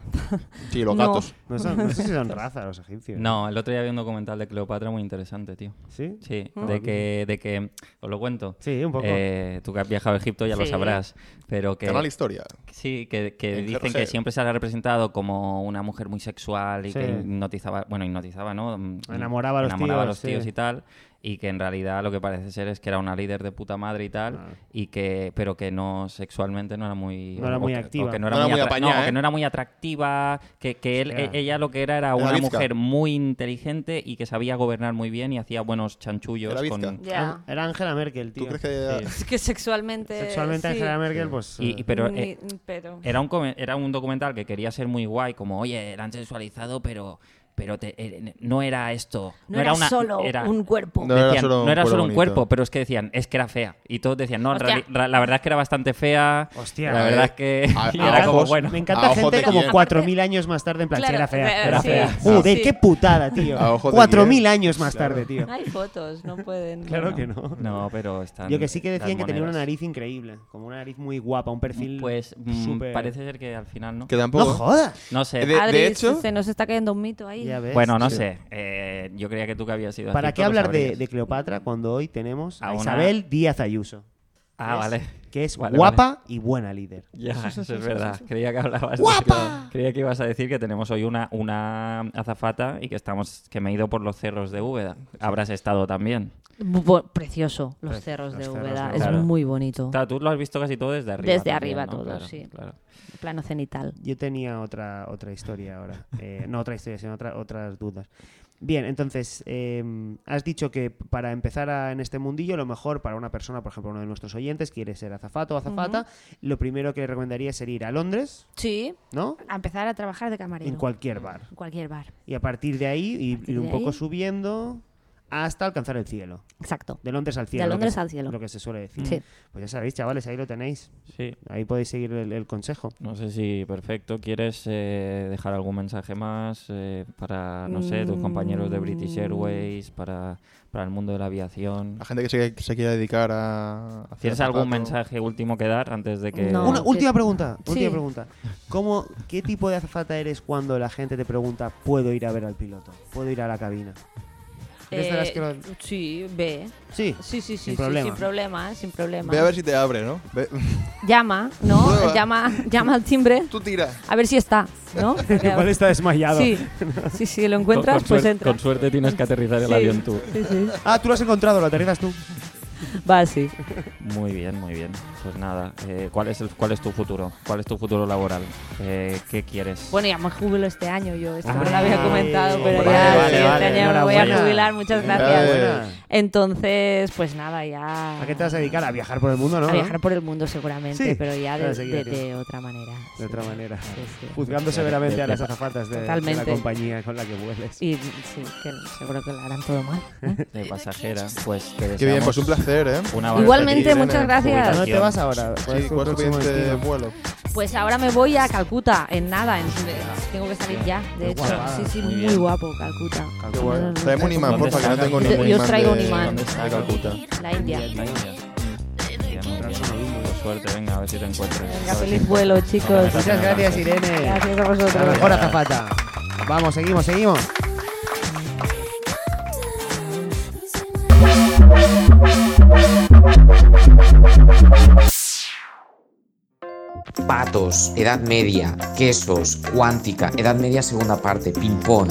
Speaker 2: Sí, los
Speaker 3: No.
Speaker 2: gatos.
Speaker 4: No, son- no sé si son raza los egipcios.
Speaker 1: No, el otro día vi un documental de Cleopatra muy interesante, tío.
Speaker 4: ¿Sí? Ah.
Speaker 1: Sí, de que, de que, os lo cuento.
Speaker 4: Sí, un poco.
Speaker 1: Eh, tú que has viajado a Egipto ya lo
Speaker 3: Sí.
Speaker 1: sabrás, pero que...
Speaker 2: Canal Historia.
Speaker 1: Sí, que, que
Speaker 2: En
Speaker 1: dicen
Speaker 2: GRC.
Speaker 1: que siempre se la ha representado como una mujer muy sexual y
Speaker 4: Sí.
Speaker 1: que hipnotizaba, bueno, hipnotizaba, ¿no? Mm,
Speaker 4: Enamoraba a los
Speaker 1: enamoraba
Speaker 4: tíos, sí.
Speaker 1: y tal, y que en realidad lo que parece ser es que era una líder de puta madre y tal, y que, pero que no sexualmente no era muy...
Speaker 4: No era
Speaker 1: o
Speaker 4: muy
Speaker 1: que- o
Speaker 4: activa.
Speaker 1: que no era, muy, atra-
Speaker 2: apañada,
Speaker 1: no,
Speaker 2: ¿eh?
Speaker 1: que no era muy atractiva, que, que él-
Speaker 4: Hostia.
Speaker 1: e- ella lo que era era
Speaker 2: Era
Speaker 1: una
Speaker 2: bizca.
Speaker 1: mujer muy inteligente y que sabía gobernar muy bien y hacía buenos chanchullos
Speaker 2: Era bizca.
Speaker 1: con...
Speaker 3: Ya.
Speaker 4: Era Angela Merkel, tío.
Speaker 2: ¿Tú crees que
Speaker 1: Sí.
Speaker 3: Es que sexualmente.
Speaker 4: Sexualmente
Speaker 3: sí.
Speaker 4: Angela Merkel, pues...
Speaker 1: Y- y-
Speaker 4: eh,
Speaker 1: pero
Speaker 3: Ni-
Speaker 1: eh,
Speaker 3: pero-
Speaker 1: Era un, come- era un documental que quería ser muy guay, como, oye, la han sensualizado, pero, pero te- eh, no era esto.
Speaker 3: No, era,
Speaker 1: una-
Speaker 3: solo
Speaker 1: era-
Speaker 3: un cuerpo.
Speaker 2: No
Speaker 1: Pues decían,
Speaker 2: era solo un
Speaker 1: no era
Speaker 2: cuerpo
Speaker 1: solo un
Speaker 2: bonito".
Speaker 1: cuerpo, pero es que decían, es que era fea. Y todos decían, no, en
Speaker 3: Hostia.
Speaker 1: reali- ra- la verdad es que era bastante fea.
Speaker 4: Hostia. eh,
Speaker 1: la verdad es que
Speaker 2: A-
Speaker 1: y
Speaker 2: a
Speaker 1: era como,
Speaker 2: ojos,
Speaker 1: bueno.
Speaker 4: Me
Speaker 2: A
Speaker 4: encanta
Speaker 2: ojos
Speaker 4: gente
Speaker 2: de
Speaker 4: como
Speaker 2: quién.
Speaker 4: 4.000 años más tarde en plan, sí,
Speaker 3: Claro,
Speaker 4: era fea,
Speaker 3: eh,
Speaker 4: era
Speaker 3: sí,
Speaker 4: fea.
Speaker 3: sí,
Speaker 4: Joder,
Speaker 3: sí.
Speaker 4: qué putada, tío.
Speaker 2: A ojos de
Speaker 4: 4.000
Speaker 2: quién.
Speaker 4: años más tarde, tío.
Speaker 3: No hay fotos, no pueden.
Speaker 4: Claro
Speaker 3: no.
Speaker 4: que no.
Speaker 1: No, pero están.
Speaker 4: Yo que sí que decían
Speaker 1: las
Speaker 4: que tenía una
Speaker 1: monedas.
Speaker 4: nariz increíble, como una nariz muy guapa, un perfil
Speaker 1: Pues mm,
Speaker 4: súper-
Speaker 1: parece ser que al final no.
Speaker 2: Que
Speaker 4: ¡No
Speaker 2: tampoco.
Speaker 4: jodas!
Speaker 1: No sé.
Speaker 2: De- de
Speaker 3: Adri,
Speaker 2: hecho-
Speaker 3: se- se nos está cayendo un mito ahí.
Speaker 4: Ya ves.
Speaker 1: Bueno, no
Speaker 4: Sí.
Speaker 1: sé. Eh, yo creía que tú que habías sido
Speaker 4: ¿Para qué hablar de, de Cleopatra cuando hoy tenemos
Speaker 1: A
Speaker 4: a,
Speaker 1: una-
Speaker 4: Isabel Díaz Ayuso?
Speaker 1: Ah, vale.
Speaker 4: Que es
Speaker 1: Vale,
Speaker 4: guapa y buena líder.
Speaker 1: Ya, eso es verdad. Creía que hablabas. de- Creía que ibas a decir que tenemos hoy una, una azafata y que estamos que me he ido por los cerros de Úbeda. Habrás estado también.
Speaker 3: Bu- Precioso, los
Speaker 4: Pre-
Speaker 3: cerros
Speaker 4: los
Speaker 3: de
Speaker 4: cerros
Speaker 3: Úbeda.
Speaker 4: de
Speaker 3: Es
Speaker 1: Úbeda.
Speaker 3: muy bonito.
Speaker 1: Claro, tú lo has visto casi todo desde arriba.
Speaker 3: Desde
Speaker 1: también,
Speaker 3: arriba
Speaker 1: ¿no?
Speaker 3: todo,
Speaker 1: Claro,
Speaker 3: sí.
Speaker 1: claro.
Speaker 3: Plano cenital.
Speaker 4: Yo tenía otra, otra historia ahora. Eh, no otra historia, sino otra- otras dudas. Bien, entonces, eh, has dicho que para empezar a- en este mundillo, lo mejor para una persona, por ejemplo, uno de nuestros oyentes, quiere ser azafato o azafata, lo primero que le recomendaría es ir a Londres,
Speaker 3: Sí,
Speaker 4: ¿no?
Speaker 3: a empezar a trabajar de camarero.
Speaker 4: En cualquier bar.
Speaker 3: En cualquier bar.
Speaker 4: Y a partir de ahí, ir- ir,
Speaker 3: partir
Speaker 4: un
Speaker 3: de
Speaker 4: poco
Speaker 3: ahí.
Speaker 4: subiendo hasta alcanzar el cielo.
Speaker 3: Exacto.
Speaker 4: De Londres al cielo. lo que
Speaker 3: Londres
Speaker 4: se-
Speaker 3: al cielo.
Speaker 4: Lo que se suele decir.
Speaker 3: Sí.
Speaker 4: Pues ya sabéis, chavales, ahí lo tenéis.
Speaker 1: Sí.
Speaker 4: Ahí podéis seguir el, el consejo.
Speaker 1: No sé si perfecto. ¿Quieres eh, dejar algún mensaje más eh, para, no sé,
Speaker 3: Mm.
Speaker 1: tus compañeros de British Airways, para, para el mundo de la aviación?
Speaker 2: La gente que se, que se quiera dedicar a. hacer
Speaker 1: ¿Tienes
Speaker 2: zapato.
Speaker 1: algún mensaje último que dar antes de que.?
Speaker 3: No.
Speaker 4: Una
Speaker 3: que-
Speaker 4: última pregunta. Última
Speaker 3: Sí.
Speaker 4: pregunta. ¿Cómo, ¿Qué tipo de azafata eres cuando la gente te pregunta, ¿puedo ir a ver al piloto? ¿Puedo ir a la cabina? ¿Eres de las que lo-
Speaker 3: Sí, ve.
Speaker 4: Sí.
Speaker 3: Eh, Sí, sí, sí,
Speaker 4: Sin
Speaker 3: sí,
Speaker 4: problema.
Speaker 3: sin problema, eh, sin problema.
Speaker 2: Ve a ver si te abre, ¿no? Ve-
Speaker 3: Llama, ¿no?
Speaker 2: Prueba.
Speaker 3: Llama, llama al timbre
Speaker 2: Tú tira.
Speaker 3: a ver si está, ¿no?
Speaker 4: Igual está desmayado.
Speaker 3: Sí, sí, sí, lo
Speaker 1: Con,
Speaker 3: encuentras, pues
Speaker 1: suerte,
Speaker 3: entra.
Speaker 1: con suerte tienes que aterrizar el
Speaker 3: Sí.
Speaker 1: avión tú.
Speaker 3: Sí, sí.
Speaker 4: Ah, tú lo has encontrado, lo aterrizas tú.
Speaker 3: Va así.
Speaker 1: Muy bien, muy bien. Pues nada, eh, ¿cuál, es el- ¿cuál es tu futuro? ¿Cuál es tu futuro laboral? Eh, ¿Qué quieres?
Speaker 3: Bueno, ya me jubilo este año yo, esto
Speaker 1: Ah,
Speaker 3: no lo había comentado, pero
Speaker 2: vale,
Speaker 3: ya
Speaker 2: vale,
Speaker 3: sí,
Speaker 2: vale,
Speaker 3: este año me voy
Speaker 4: enhorabuena.
Speaker 3: a jubilar,
Speaker 4: Eh,
Speaker 3: muchas gracias.
Speaker 4: Enhorabuena.
Speaker 3: Entonces, pues nada, ya...
Speaker 4: ¿A qué te vas a dedicar? A viajar por el mundo, ¿no?
Speaker 3: A
Speaker 4: ¿No?
Speaker 3: viajar por el mundo seguramente,
Speaker 4: Sí,
Speaker 3: pero ya
Speaker 4: para
Speaker 3: de,
Speaker 4: seguir
Speaker 3: de-
Speaker 4: aquí.
Speaker 3: de otra manera. sí.
Speaker 4: De otra manera.
Speaker 3: Sí, sí.
Speaker 4: Juzgando severamente a las azafatas de, de la
Speaker 3: Totalmente.
Speaker 4: compañía con la que vueles.
Speaker 3: Y sí, que seguro que lo harán todo mal. ¿eh?
Speaker 1: de pasajera, pues te
Speaker 2: Qué bien,
Speaker 1: deseamos
Speaker 2: pues un placer, ¿eh?
Speaker 1: una
Speaker 3: Igualmente,
Speaker 1: feliz
Speaker 3: muchas
Speaker 4: ¿A
Speaker 3: gracias.
Speaker 4: dónde te vas ahora? ¿Cuál
Speaker 2: Sí,
Speaker 4: es tu
Speaker 2: ¿cuál es tu
Speaker 4: Pues próximo
Speaker 2: siguiente
Speaker 4: destino?
Speaker 2: vuelo?
Speaker 3: Pues ahora me voy a Calcuta, en nada. en- tengo que salir ya, de hecho.
Speaker 4: guapada.
Speaker 3: Sí, sí,
Speaker 1: Muy
Speaker 3: muy,
Speaker 1: bien.
Speaker 3: guapo, Calcuta.
Speaker 2: Qué guay. Traeme un imán,
Speaker 1: ¿Dónde
Speaker 2: porfa, que no
Speaker 1: está?
Speaker 2: tengo
Speaker 3: Yo-
Speaker 2: ningún imán.
Speaker 3: yo os traigo un
Speaker 2: de-
Speaker 3: imán.
Speaker 2: De Calcuta.
Speaker 3: La India.
Speaker 1: Bien, bien, bien. Bien, muy bien. Pues Suerte, venga, a ver si te encuentras.
Speaker 3: Venga, feliz vuelo, chicos.
Speaker 4: Muchas gracias, Irene.
Speaker 3: Gracias a
Speaker 4: La
Speaker 3: vosotros.
Speaker 4: mejor azafata. Vamos, seguimos, seguimos.
Speaker 9: Patos, Edad Media, quesos, cuántica, Edad Media segunda parte, ping-pong.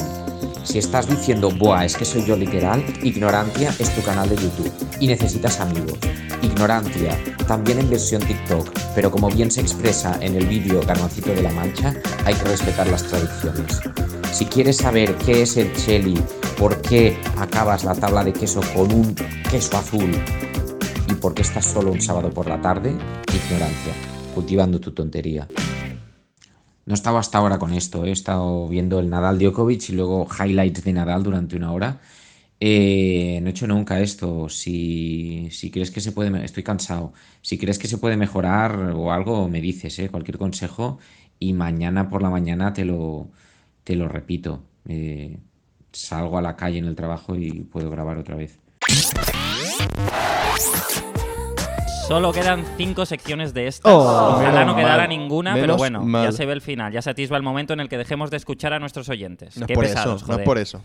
Speaker 9: Si estás diciendo, buah, es que soy yo literal, Ignorantia es tu canal de YouTube y necesitas amigos. Ignorantia, también en versión TikTok, pero como bien se expresa en el vídeo Garbancito de la Mancha, hay que respetar las tradiciones. Si quieres saber qué es el cheli, por qué acabas la tabla de queso con un queso azul y por qué estás solo un sábado por la tarde, Ignorancia, cultivando tu tontería. No estaba hasta ahora con esto, ¿eh? he estado viendo el Nadal Djokovic y luego highlights de Nadal durante una hora. Eh, no he hecho nunca esto. Si, si crees que se puede, me- estoy cansado. Si crees que se puede mejorar o algo, me dices, eh, cualquier consejo y mañana por la mañana te lo, te lo repito. Eh, salgo a la calle en el trabajo y puedo grabar otra vez.
Speaker 1: Solo quedan cinco secciones de estas.
Speaker 4: Oh.
Speaker 1: Ojalá no
Speaker 2: Menos
Speaker 1: quedara
Speaker 2: mal.
Speaker 1: ninguna, pero
Speaker 2: Menos
Speaker 1: bueno, ya
Speaker 2: mal.
Speaker 1: se ve el final. Ya se atisba el momento en el que dejemos de escuchar a nuestros oyentes.
Speaker 2: No es
Speaker 1: Qué
Speaker 2: por
Speaker 1: pesados,
Speaker 2: eso, no es
Speaker 1: joder.
Speaker 2: por eso.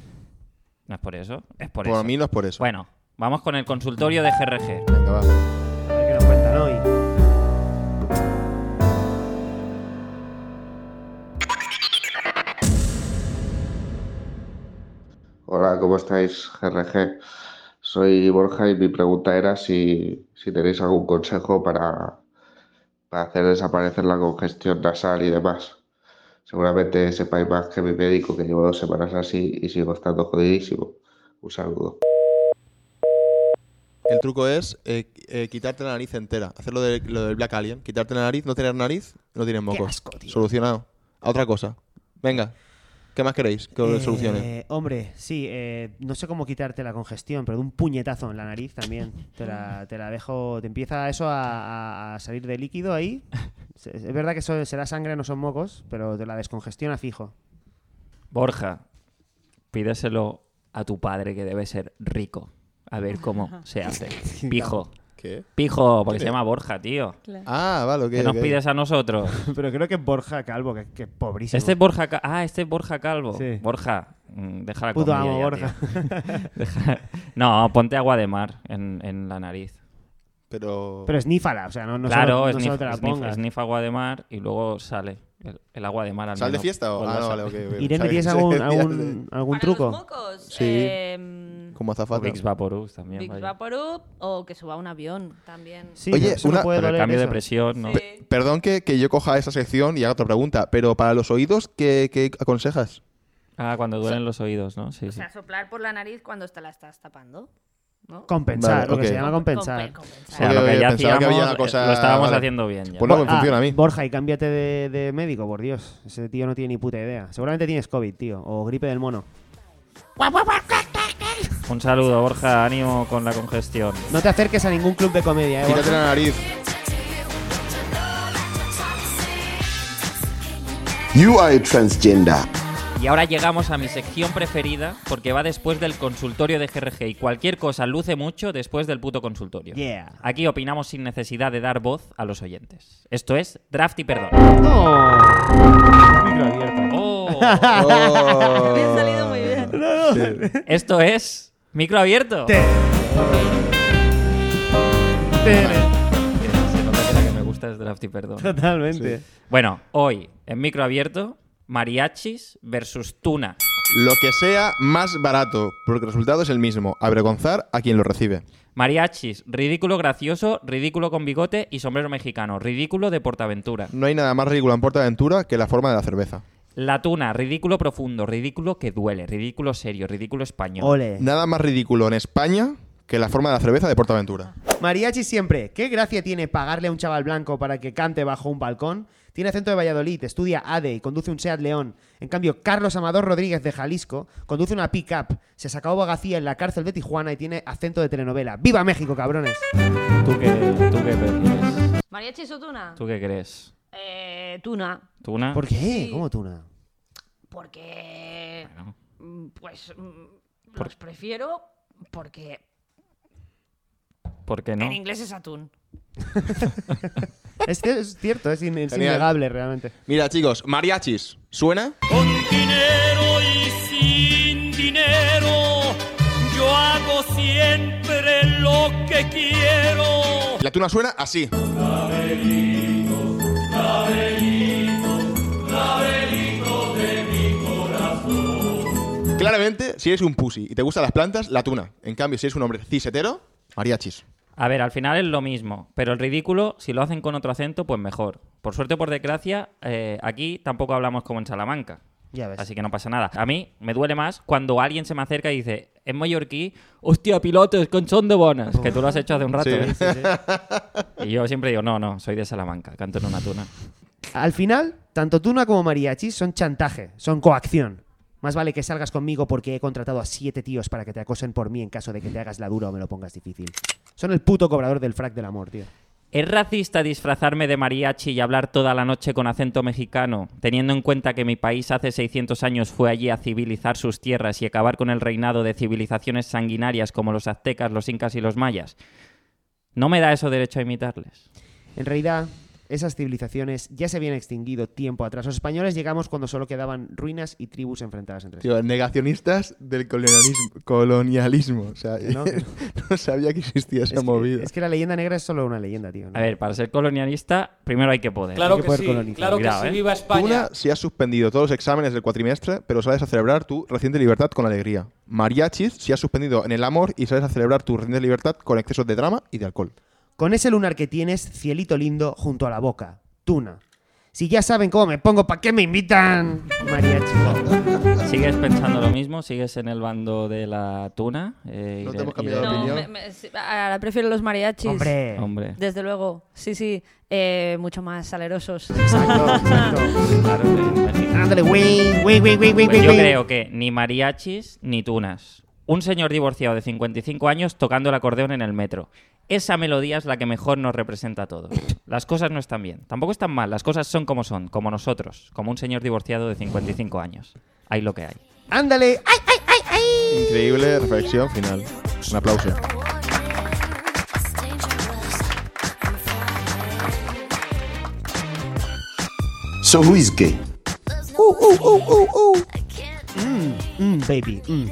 Speaker 1: No es por eso, es por,
Speaker 2: Por,
Speaker 1: eso.
Speaker 2: mí no es por eso.
Speaker 1: Bueno, vamos con el consultorio de GRG.
Speaker 2: Venga, va.
Speaker 4: A ver qué nos cuentan hoy.
Speaker 10: Hola, ¿cómo estáis, GRG? Soy Borja y mi pregunta era si, si tenéis algún consejo para, para hacer desaparecer la congestión nasal y demás. Seguramente sepáis más que mi médico, que llevo dos semanas así y sigo estando jodidísimo. Un saludo.
Speaker 2: El truco es eh, eh, quitarte la nariz entera. Hacer lo, de- lo del Black Alien. Quitarte la nariz, no tener nariz, no tienes mocos.
Speaker 4: asco, tío.
Speaker 2: Solucionado. A otra cosa. Venga. ¿Qué más queréis que os
Speaker 4: Eh,
Speaker 2: solucione?
Speaker 4: Hombre, sí, eh, no sé cómo quitarte la congestión, pero de un puñetazo en la nariz también. Te la, te la dejo, te empieza eso a, a- a salir de líquido ahí. Se- Es verdad que eso será sangre, no son mocos, pero te la descongestiona fijo.
Speaker 1: Borja, pídeselo a tu padre que debe ser rico. A ver cómo se hace. Pijo.
Speaker 2: ¿Qué?
Speaker 1: Pijo, porque se llama Borja, tío.
Speaker 2: Ah, vale, ok.
Speaker 1: ¿Qué nos
Speaker 2: ok.
Speaker 1: pides a nosotros?
Speaker 4: Pero creo que es Borja Calvo, que, que es pobrísimo.
Speaker 1: Este es Borja Calvo. Ah, este es Borja Calvo.
Speaker 4: Sí.
Speaker 1: Borja, mm, deja la
Speaker 4: Puto
Speaker 1: comida
Speaker 4: amo,
Speaker 1: ya,
Speaker 4: Borja.
Speaker 1: tío. Deja- No, ponte agua de mar en, en la nariz.
Speaker 2: Pero...
Speaker 4: Pero snífala, o sea, no, no
Speaker 1: claro,
Speaker 4: solo, no
Speaker 1: es
Speaker 4: solo te la pongas.
Speaker 1: agua de mar y luego sale el, el agua de mar al
Speaker 2: ¿Sal de
Speaker 1: menos.
Speaker 2: fiesta o...?
Speaker 1: Vuelve
Speaker 2: Ah,
Speaker 1: a
Speaker 2: no,
Speaker 1: salir.
Speaker 2: vale, ok. ok.
Speaker 4: Irene,
Speaker 2: Sal-
Speaker 4: ¿tienes
Speaker 2: sal-
Speaker 4: algún,
Speaker 2: sal-
Speaker 4: algún, algún
Speaker 3: Para los
Speaker 4: truco?
Speaker 3: mocos,
Speaker 2: Sí.
Speaker 3: em,
Speaker 2: Como
Speaker 1: O
Speaker 2: azafata.
Speaker 1: Vicks Vaporub también.
Speaker 3: Vicks
Speaker 1: vaya.
Speaker 3: Vaporub o que suba a un avión también.
Speaker 4: Sí,
Speaker 2: Oye,
Speaker 4: pero eso no
Speaker 2: una-
Speaker 4: puede
Speaker 1: Pero el
Speaker 4: doler
Speaker 1: cambio de
Speaker 4: eso.
Speaker 1: presión, ¿no?
Speaker 3: Sí.
Speaker 2: Pe- Perdón que, que yo coja esa sección y haga otra pregunta, pero para los oídos, ¿qué, qué aconsejas?
Speaker 1: Ah, cuando duelen los oídos, ¿no? Sí,
Speaker 3: O
Speaker 1: sí.
Speaker 3: sea, soplar por la nariz cuando te la estás tapando. ¿no?
Speaker 4: Compensar,
Speaker 2: Vale,
Speaker 4: lo que
Speaker 2: ok.
Speaker 4: se llama compensar.
Speaker 3: Compe-
Speaker 1: O
Speaker 3: compensar.
Speaker 1: sea,
Speaker 2: Oye,
Speaker 1: lo que
Speaker 2: oye,
Speaker 1: ya
Speaker 2: pensaba que había
Speaker 1: hacíamos,
Speaker 2: una
Speaker 1: eh,
Speaker 2: cosa-
Speaker 1: lo estábamos
Speaker 2: vale.
Speaker 1: haciendo bien ya.
Speaker 2: Pues no,
Speaker 4: Bo-
Speaker 2: me funciona
Speaker 4: ah,
Speaker 2: a mí.
Speaker 4: Borja, y cámbiate de, de médico, por Dios. Ese tío no tiene ni puta idea. Seguramente tienes COVID, tío. O gripe del mono.
Speaker 1: Un saludo, Borja, ánimo con la congestión.
Speaker 4: No te acerques a ningún club de comedia, eh.
Speaker 2: Quítate
Speaker 4: Borja.
Speaker 2: la nariz.
Speaker 5: You are a transgender.
Speaker 1: Y ahora llegamos a mi sección preferida porque va después del consultorio de GRG y cualquier cosa luce mucho después del puto consultorio.
Speaker 4: Yeah.
Speaker 1: Aquí opinamos sin necesidad de dar voz a los oyentes. Esto es Draft y Perdón.
Speaker 4: No. Micro abierto.
Speaker 1: ¡Oh!
Speaker 2: Oh.
Speaker 3: Me ha salido muy bien.
Speaker 1: Esto es micro abierto.
Speaker 4: Te- Te-
Speaker 1: Se nota que la que me gusta es Draft y Perdón.
Speaker 4: Totalmente.
Speaker 1: Bueno, hoy en micro abierto, mariachis versus tuna.
Speaker 2: Lo que sea más barato, porque el resultado es el mismo. Avergonzar a quien lo recibe.
Speaker 1: Mariachis, ridículo gracioso, ridículo con bigote y sombrero mexicano, ridículo de portaventura.
Speaker 2: No hay nada más ridículo en PortAventura que la forma de la cerveza.
Speaker 1: La tuna, ridículo profundo, ridículo que duele, ridículo serio, ridículo español.
Speaker 4: Ole.
Speaker 2: Nada más ridículo en España que la forma de la cerveza de PortAventura.
Speaker 4: Mariachi siempre. ¿Qué gracia tiene pagarle a un chaval blanco para que cante bajo un balcón? Tiene acento de Valladolid, estudia ADE y conduce un SEAT León. En cambio, Carlos Amador Rodríguez de Jalisco conduce una pick-up, se sacó abogacía en la cárcel de Tijuana y tiene acento de telenovela. ¡Viva México, cabrones!
Speaker 1: ¿Tú qué, tú qué prefieres?
Speaker 3: Mariachi o tuna.
Speaker 1: ¿Tú qué crees?
Speaker 3: Eh, tuna.
Speaker 1: ¿Tuna?
Speaker 4: ¿Por qué?
Speaker 3: Sí.
Speaker 4: ¿Cómo tuna?
Speaker 3: Porque.
Speaker 1: Bueno,
Speaker 3: mm, Pues. mm, Los prefiero porque
Speaker 1: ¿Por qué no?
Speaker 3: en inglés es atún.
Speaker 4: Es, que es cierto, es, in- es
Speaker 2: Genial.
Speaker 4: innegable realmente.
Speaker 2: Mira, chicos, mariachis. ¿Suena?
Speaker 11: Con dinero y sin dinero. tengo siempre lo que quiero.
Speaker 2: La tuna suena así. Claramente, si eres un pussy y te gustan las plantas, la tuna. En cambio, si eres un hombre cisetero, mariachis.
Speaker 1: A ver, al final es lo mismo, pero el ridículo, si lo hacen con otro acento, pues mejor. Por suerte o por desgracia, eh, aquí tampoco hablamos como en Salamanca.
Speaker 4: Ya ves.
Speaker 1: Así que no pasa nada. A mí me duele más cuando alguien se me acerca y dice, en mallorquí, hostia, pilotes, con son de bonas, que tú lo has hecho hace un rato.
Speaker 2: Sí.
Speaker 1: ¿eh? Y yo siempre digo, no, no, soy de Salamanca, canto en una tuna.
Speaker 4: Al final, tanto Tuna como Mariachi son chantaje, son coacción. Más vale que salgas conmigo porque he contratado a siete tíos para que te acosen por mí en caso de que te hagas la dura o me lo pongas difícil. Son el puto cobrador del frac del amor, tío.
Speaker 1: ¿Es racista disfrazarme de mariachi y hablar toda la noche con acento mexicano, teniendo en cuenta que mi país hace 600 años fue allí a civilizar sus tierras y acabar con el reinado de civilizaciones sanguinarias como los aztecas, los incas y los mayas? ¿No me da eso derecho a imitarles?
Speaker 4: En realidad, esas civilizaciones ya se habían extinguido tiempo atrás. Los españoles llegamos cuando solo quedaban ruinas y tribus enfrentadas entre sí.
Speaker 2: Tío, negacionistas del colonialismo. colonialismo. O sea,
Speaker 4: No,
Speaker 2: no,
Speaker 4: que no.
Speaker 2: sabía que existía esa
Speaker 4: Es que-
Speaker 2: movida.
Speaker 4: es que la leyenda negra es solo una leyenda, tío. ¿no?
Speaker 1: A ver, para ser colonialista, primero hay que poder.
Speaker 11: Claro
Speaker 4: que
Speaker 11: que,
Speaker 4: poder
Speaker 11: sí,
Speaker 4: colonizar.
Speaker 11: claro que
Speaker 1: Cuidado,
Speaker 11: sí,
Speaker 1: ¿eh?
Speaker 11: viva España.
Speaker 2: Una, si has suspendido todos los exámenes del cuatrimestre, pero sales a celebrar tu reciente libertad con alegría. Mariachis, si has suspendido en el amor y sales a celebrar tu reciente libertad con excesos de drama y de alcohol.
Speaker 4: Con ese lunar que tienes, cielito lindo, junto a la boca. Tuna. Si ya saben cómo me pongo, ¿para qué me invitan? Mariachi.
Speaker 1: ¿Sigues pensando lo mismo? ¿Sigues en el bando de la tuna? Eh,
Speaker 2: No te
Speaker 1: Irene-
Speaker 2: hemos cambiado de
Speaker 1: Irene-
Speaker 2: opinión.
Speaker 1: No,
Speaker 2: opinión.
Speaker 1: me-
Speaker 3: me- me- sí, ahora prefiero los mariachis.
Speaker 4: Hombre.
Speaker 1: Hombre.
Speaker 3: Desde luego, sí, sí, eh, mucho más salerosos.
Speaker 4: Exacto, exacto.
Speaker 1: Claro, sí, México.
Speaker 4: Ándale, güey, güey, güey, güey, güey,
Speaker 1: Pues yo
Speaker 4: güey.
Speaker 1: creo que ni mariachis ni tunas. Un señor divorciado de 55 años tocando el acordeón en el metro. Esa melodía es la que mejor nos representa a todos. Las cosas no están bien. Tampoco están mal. Las cosas son como son, como nosotros, como un señor divorciado de 55 años. Hay lo que hay.
Speaker 4: Ándale. ¡Ay!
Speaker 2: Increíble reflexión final. Un aplauso.
Speaker 5: So who is gay?
Speaker 4: Mm, baby. mm.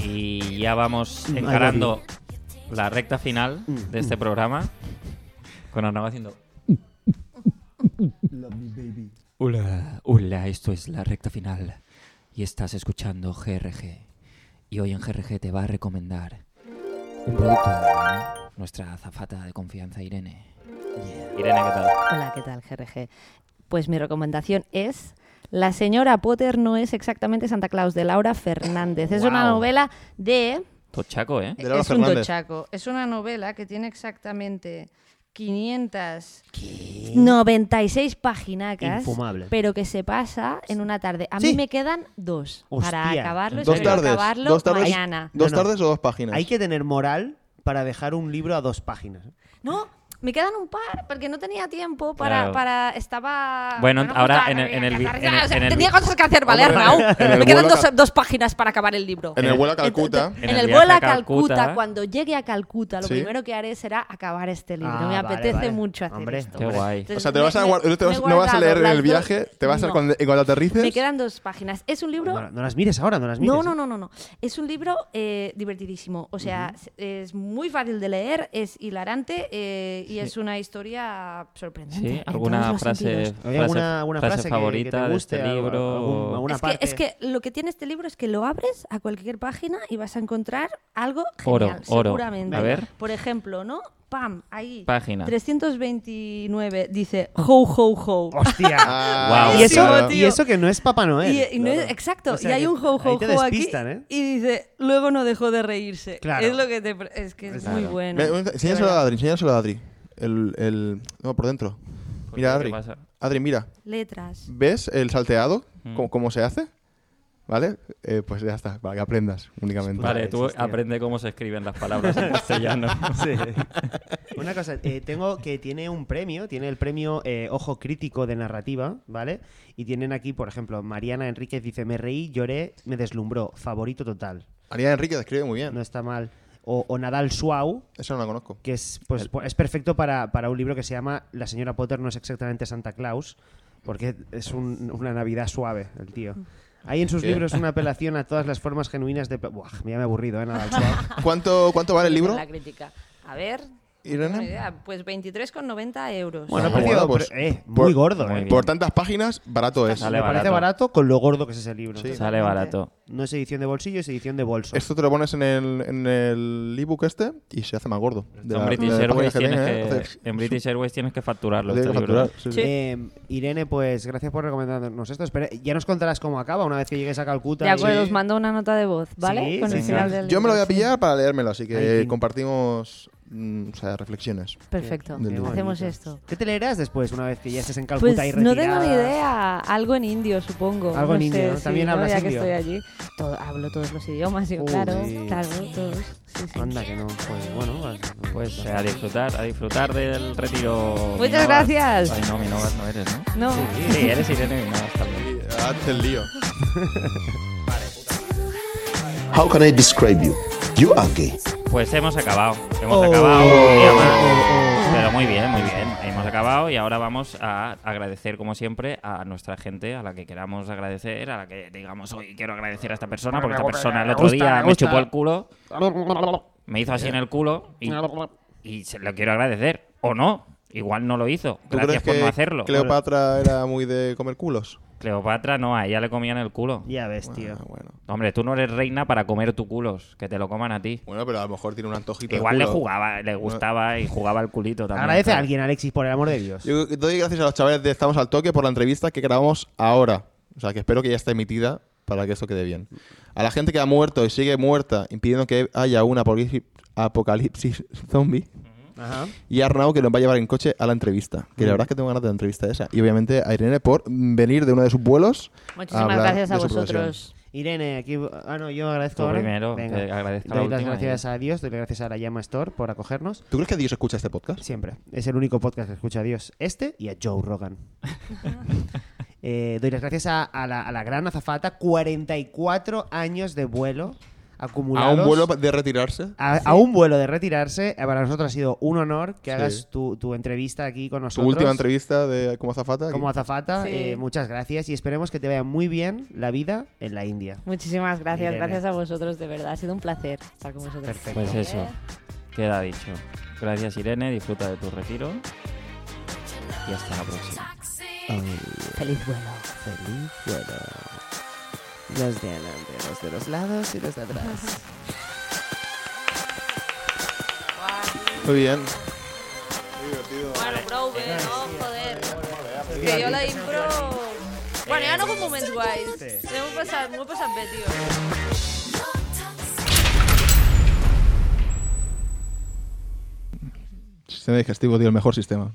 Speaker 1: Y ya vamos
Speaker 4: Mm, ahí va
Speaker 1: encarando la recta final de este programa con Arnau haciendo. Hola, hola, esto es la recta final y estás escuchando GRG. Y hoy en GRG te va a recomendar un producto de Irene, nuestra azafata de confianza Irene. Irene, ¿qué tal?
Speaker 3: Hola, ¿qué tal, GRG? Pues mi recomendación es La señora Potter no es exactamente Santa Claus de Laura Fernández. Es una
Speaker 1: Guau.
Speaker 3: novela de...
Speaker 1: Tochaco, ¿eh?
Speaker 2: De Laura
Speaker 3: es un
Speaker 2: Fernández.
Speaker 3: tochaco. Es una novela que tiene exactamente 596 paginacas.
Speaker 4: Infumable.
Speaker 3: Pero que se pasa en una tarde. A
Speaker 4: Sí.
Speaker 3: mí me quedan dos para
Speaker 4: Hostia.
Speaker 3: acabarlo.
Speaker 2: Dos
Speaker 3: Espero
Speaker 2: tardes,
Speaker 3: acabarlo
Speaker 2: dos tardes.
Speaker 3: mañana.
Speaker 2: ¿Dos
Speaker 4: No, no.
Speaker 2: tardes o dos páginas?
Speaker 4: Hay que tener moral para dejar un libro a dos páginas. ¿eh?
Speaker 3: No, me quedan un par, porque no tenía tiempo para.
Speaker 1: Claro.
Speaker 3: para estaba.
Speaker 1: Bueno, ahora
Speaker 3: puta,
Speaker 1: en el- en el vi-
Speaker 3: o sea,
Speaker 1: en el- en el
Speaker 3: tenía
Speaker 1: vi-
Speaker 3: cosas que hacer, ¿vale,
Speaker 2: Hombre,
Speaker 3: Arnau?
Speaker 2: en el
Speaker 3: Me quedan
Speaker 2: vuelo
Speaker 3: dos,
Speaker 2: a-
Speaker 3: dos páginas para acabar el libro.
Speaker 2: En el vuelo a Calcuta.
Speaker 3: Entonces,
Speaker 1: En
Speaker 3: En,
Speaker 1: el
Speaker 3: el,
Speaker 1: viaje
Speaker 3: vuelo
Speaker 1: a
Speaker 3: a
Speaker 1: Calcuta.
Speaker 3: Calcuta, cuando llegue a Calcuta, lo
Speaker 2: Sí.
Speaker 3: primero que haré será acabar este libro.
Speaker 4: Ah,
Speaker 3: me
Speaker 4: vale,
Speaker 3: apetece
Speaker 4: vale.
Speaker 3: mucho hacer
Speaker 4: Hombre,
Speaker 3: esto.
Speaker 1: Qué guay.
Speaker 2: O sea, te lo vas a guar- no te vas-
Speaker 3: me he
Speaker 2: no vas a
Speaker 3: guardado
Speaker 2: leer en
Speaker 3: las
Speaker 2: el
Speaker 3: dos-
Speaker 2: viaje, te vas a
Speaker 3: no.
Speaker 2: cuando, cuando aterrices.
Speaker 3: Me quedan dos páginas. Es un libro
Speaker 4: No, no las mires ahora, no las mires.
Speaker 3: No, no, no, no, no. Es un libro eh, divertidísimo. O sea, es- es muy fácil de leer, es hilarante eh, y es una historia sorprendente.
Speaker 1: Sí,
Speaker 3: en todos
Speaker 1: alguna
Speaker 3: los
Speaker 1: frase,
Speaker 3: sentidos.
Speaker 4: ¿Hay
Speaker 1: frase,
Speaker 4: alguna, alguna
Speaker 1: frase
Speaker 4: frase, que- que
Speaker 1: favorita
Speaker 4: te guste,
Speaker 1: de este
Speaker 4: algo-
Speaker 1: libro?
Speaker 4: algún-
Speaker 1: o-
Speaker 4: alguna
Speaker 3: Es que,
Speaker 4: parte?
Speaker 3: es que lo que tiene este libro es que lo abres a cualquier página y vas a encontrar algo
Speaker 1: Oro,
Speaker 3: genial,
Speaker 1: oro.
Speaker 3: seguramente.
Speaker 1: A ver.
Speaker 3: Por ejemplo, ¿no? Pam, ahí.
Speaker 1: Página. Ah.
Speaker 3: 329 dice ho ho ho.
Speaker 4: Hostia.
Speaker 2: Ah,
Speaker 1: Guau.
Speaker 4: y, eso,
Speaker 2: claro.
Speaker 4: y eso que no es Papá Noel.
Speaker 3: Y- y no es-
Speaker 4: Claro.
Speaker 3: exacto,
Speaker 4: O sea
Speaker 3: y hay
Speaker 4: que
Speaker 3: un ho
Speaker 4: ahí
Speaker 3: ho
Speaker 4: te
Speaker 3: ho aquí
Speaker 4: despistan, ¿eh?
Speaker 3: y dice, luego no dejó de reírse.
Speaker 4: Claro.
Speaker 3: Es lo que te pre- es que es muy
Speaker 1: Claro.
Speaker 3: bueno.
Speaker 2: Ve, un-
Speaker 3: de
Speaker 2: Enséñaselo a
Speaker 3: verdad.
Speaker 2: Adri, enséñaselo a Adri. El, el- no, por dentro.
Speaker 1: ¿Por qué?
Speaker 2: Mira,
Speaker 1: ¿Qué
Speaker 2: Adri.
Speaker 1: Pues pasa?
Speaker 2: Adri, mira.
Speaker 3: Letras.
Speaker 2: ¿Ves el salteado?
Speaker 1: Mm.
Speaker 2: ¿Cómo, cómo se hace? ¿Vale? Eh, pues ya está, para que aprendas únicamente.
Speaker 1: Vale,
Speaker 4: Vale,
Speaker 1: tú
Speaker 4: sí, tío.
Speaker 1: aprende cómo se escriben las palabras en castellano.
Speaker 4: Una cosa, eh, tengo que tiene un premio, tiene el premio eh, Ojo Crítico de Narrativa, ¿vale? Y tienen aquí, por ejemplo, Mariana Enríquez dice, me reí, lloré, me deslumbró, favorito total,
Speaker 2: Ariana Enrique describe muy bien.
Speaker 4: no está mal. O, o Nadal Suau,
Speaker 2: Eso no la conozco.
Speaker 4: que es, pues, po- es perfecto para, para un libro que se llama La señora Potter no es exactamente Santa Claus, porque es un- una Navidad suave, el tío. Hay en sus
Speaker 2: ¿Qué?
Speaker 4: libros una apelación a todas las formas genuinas de... Buah, ya me he aburrido, ¿eh? Nada, al suave.
Speaker 2: ¿Cuánto, ¿Cuánto vale el libro?
Speaker 3: La crítica. A ver.
Speaker 2: Irene.
Speaker 3: una idea, Pues 23,90 euros.
Speaker 4: Bueno,
Speaker 2: Ah,
Speaker 4: precio,
Speaker 2: pues,
Speaker 4: pre- eh, muy
Speaker 2: por-
Speaker 4: gordo,
Speaker 1: Muy
Speaker 4: eh.
Speaker 1: bien.
Speaker 2: Por tantas páginas, barato es.
Speaker 1: Sale
Speaker 4: Me parece barato con lo gordo que es ese libro.
Speaker 2: Sí.
Speaker 4: Entonces,
Speaker 1: Sale barato.
Speaker 4: No es edición de bolsillo, es edición de bolso.
Speaker 2: Esto te lo pones en el, en el ebook este y se hace más gordo. De
Speaker 1: En
Speaker 2: la-
Speaker 1: British,
Speaker 2: de la página
Speaker 1: Airways
Speaker 2: que
Speaker 1: tienes
Speaker 2: tiene, ¿eh?
Speaker 1: que-
Speaker 2: Entonces,
Speaker 1: en British Airways tienes que facturarlo.
Speaker 2: lo tienes
Speaker 1: este
Speaker 2: que
Speaker 1: libro.
Speaker 2: facturar. sí, sí.
Speaker 4: Eh, Irene, pues gracias por recomendarnos esto. Espera, ya nos contarás cómo acaba una vez que llegues a Calcuta.
Speaker 2: pues,
Speaker 3: De acuerdo,
Speaker 4: y-
Speaker 3: os mando una nota de voz, ¿vale?
Speaker 4: Sí,
Speaker 3: Con el
Speaker 1: venga.
Speaker 3: final del
Speaker 2: Yo me lo voy a
Speaker 3: libro, sí.
Speaker 2: pillar para leérmelo, así que
Speaker 4: Ahí.
Speaker 2: compartimos mm, o sea, reflexiones.
Speaker 3: Perfecto,
Speaker 2: Del libro.
Speaker 3: hacemos
Speaker 4: bonito.
Speaker 3: esto.
Speaker 4: ¿Qué te leerás después una vez que ya estés en Calcuta
Speaker 3: Pues
Speaker 4: y
Speaker 3: no
Speaker 4: retirada?
Speaker 3: tengo ni idea, algo en indio supongo.
Speaker 4: Algo en
Speaker 3: No
Speaker 4: indio,
Speaker 3: sé,
Speaker 4: ¿no?
Speaker 3: sí,
Speaker 4: También
Speaker 3: ¿no?
Speaker 4: hablas
Speaker 3: Ya
Speaker 4: indio.
Speaker 3: que estoy allí, todo- hablo todos los idiomas, yo, claro,
Speaker 4: Joder.
Speaker 3: claro, todos. sí, sí.
Speaker 4: Anda, que no. Pues bueno, vas-
Speaker 1: Pues eh, a disfrutar, a disfrutar del retiro.
Speaker 3: Muchas
Speaker 1: Minobas.
Speaker 3: gracias.
Speaker 1: Ay, no, Minobas no eres, ¿no?
Speaker 3: No.
Speaker 1: Sí, eres Irene Minobas también.
Speaker 2: Hazte el lío.
Speaker 5: How can I describe you? You are gay.
Speaker 1: Pues hemos acabado. Hemos
Speaker 4: Oh.
Speaker 1: acabado. un día más. Pero muy bien, muy bien. Hemos acabado y ahora vamos a agradecer, como siempre, a nuestra gente, a la que queramos agradecer, a la que digamos, hoy quiero agradecer a esta persona, porque esta persona el otro día me chupó el culo, me hizo así en el culo y, y se lo quiero agradecer. ¿O no? Igual no lo hizo.
Speaker 2: ¿Tú
Speaker 1: Gracias
Speaker 2: crees
Speaker 1: por
Speaker 2: que
Speaker 1: no hacerlo.
Speaker 2: Cleopatra era muy de comer culos?
Speaker 1: Cleopatra no, a ella le comían el culo.
Speaker 4: Ya ves, tío.
Speaker 2: Ah, bueno.
Speaker 1: Hombre, tú no eres reina para comer tu culos, que te lo coman a ti.
Speaker 2: Bueno, pero a lo mejor tiene un antojito. de
Speaker 1: Igual le
Speaker 2: culo.
Speaker 1: jugaba, le gustaba y jugaba el culito también.
Speaker 4: Agradece a
Speaker 1: ¿sabes?
Speaker 4: alguien, Alexis, por el amor de Dios.
Speaker 2: Yo doy gracias a los chavales de Estamos al Toque por la entrevista que grabamos ahora. O sea, que espero que ya esté emitida para que esto quede bien. A la gente que ha muerto y sigue muerta, impidiendo que haya un apocalipsis, apocalipsis zombie.
Speaker 4: Ajá.
Speaker 2: Y a Arnau que nos va a llevar en coche a la entrevista.
Speaker 3: Mm.
Speaker 2: Que la verdad es que tengo ganas de la entrevista esa. Y obviamente a Irene por mm, venir de uno de sus vuelos. a
Speaker 3: Muchísimas
Speaker 2: hablar
Speaker 3: gracias a
Speaker 2: de su profesión.
Speaker 3: vosotros.
Speaker 4: Irene, aquí. Ah, no, yo agradezco
Speaker 1: Tú
Speaker 4: ahora.
Speaker 1: primero,
Speaker 4: Venga.
Speaker 1: que agradezco la
Speaker 4: Doy las
Speaker 1: última y
Speaker 4: gracias a Dios, doy las gracias a la Llama Store por acogernos.
Speaker 2: ¿Tú crees que Dios escucha este podcast?
Speaker 4: Siempre. Es el único podcast que escucha a Dios. Este y a Joe Rogan. Eh, doy las gracias a, a la, a la gran azafata. 44 años de vuelo
Speaker 2: ¿A
Speaker 4: acumulados.
Speaker 2: un vuelo de retirarse?
Speaker 4: a, a un vuelo de retirarse. Eh, Para nosotros ha sido un honor
Speaker 2: Sí.
Speaker 4: que hagas tu, tu entrevista aquí con
Speaker 2: Su
Speaker 4: nosotros.
Speaker 2: última entrevista de como azafata.
Speaker 4: Como azafata,
Speaker 3: Sí.
Speaker 4: eh, muchas gracias y esperemos que te vaya muy bien la vida en la India.
Speaker 3: Muchísimas gracias,
Speaker 4: Irene.
Speaker 3: gracias a vosotros, de verdad, ha sido un placer estar con vosotros. Eh,
Speaker 4: Perfecto.
Speaker 1: Pues eso, queda dicho. Gracias Irene, disfruta de tu retiro y hasta la próxima.
Speaker 3: Feliz vuelo.
Speaker 4: Feliz vuelo. Los de adelante, los de los lados y los de atrás.
Speaker 2: Muy bien.
Speaker 3: Bueno, prove, no, joder. Que jo la impro... Bueno, ja no com moments guais. M'ho he passat, m'ho he passat bé, tio.
Speaker 2: Sistema digestivo, tío, el mejor sistema.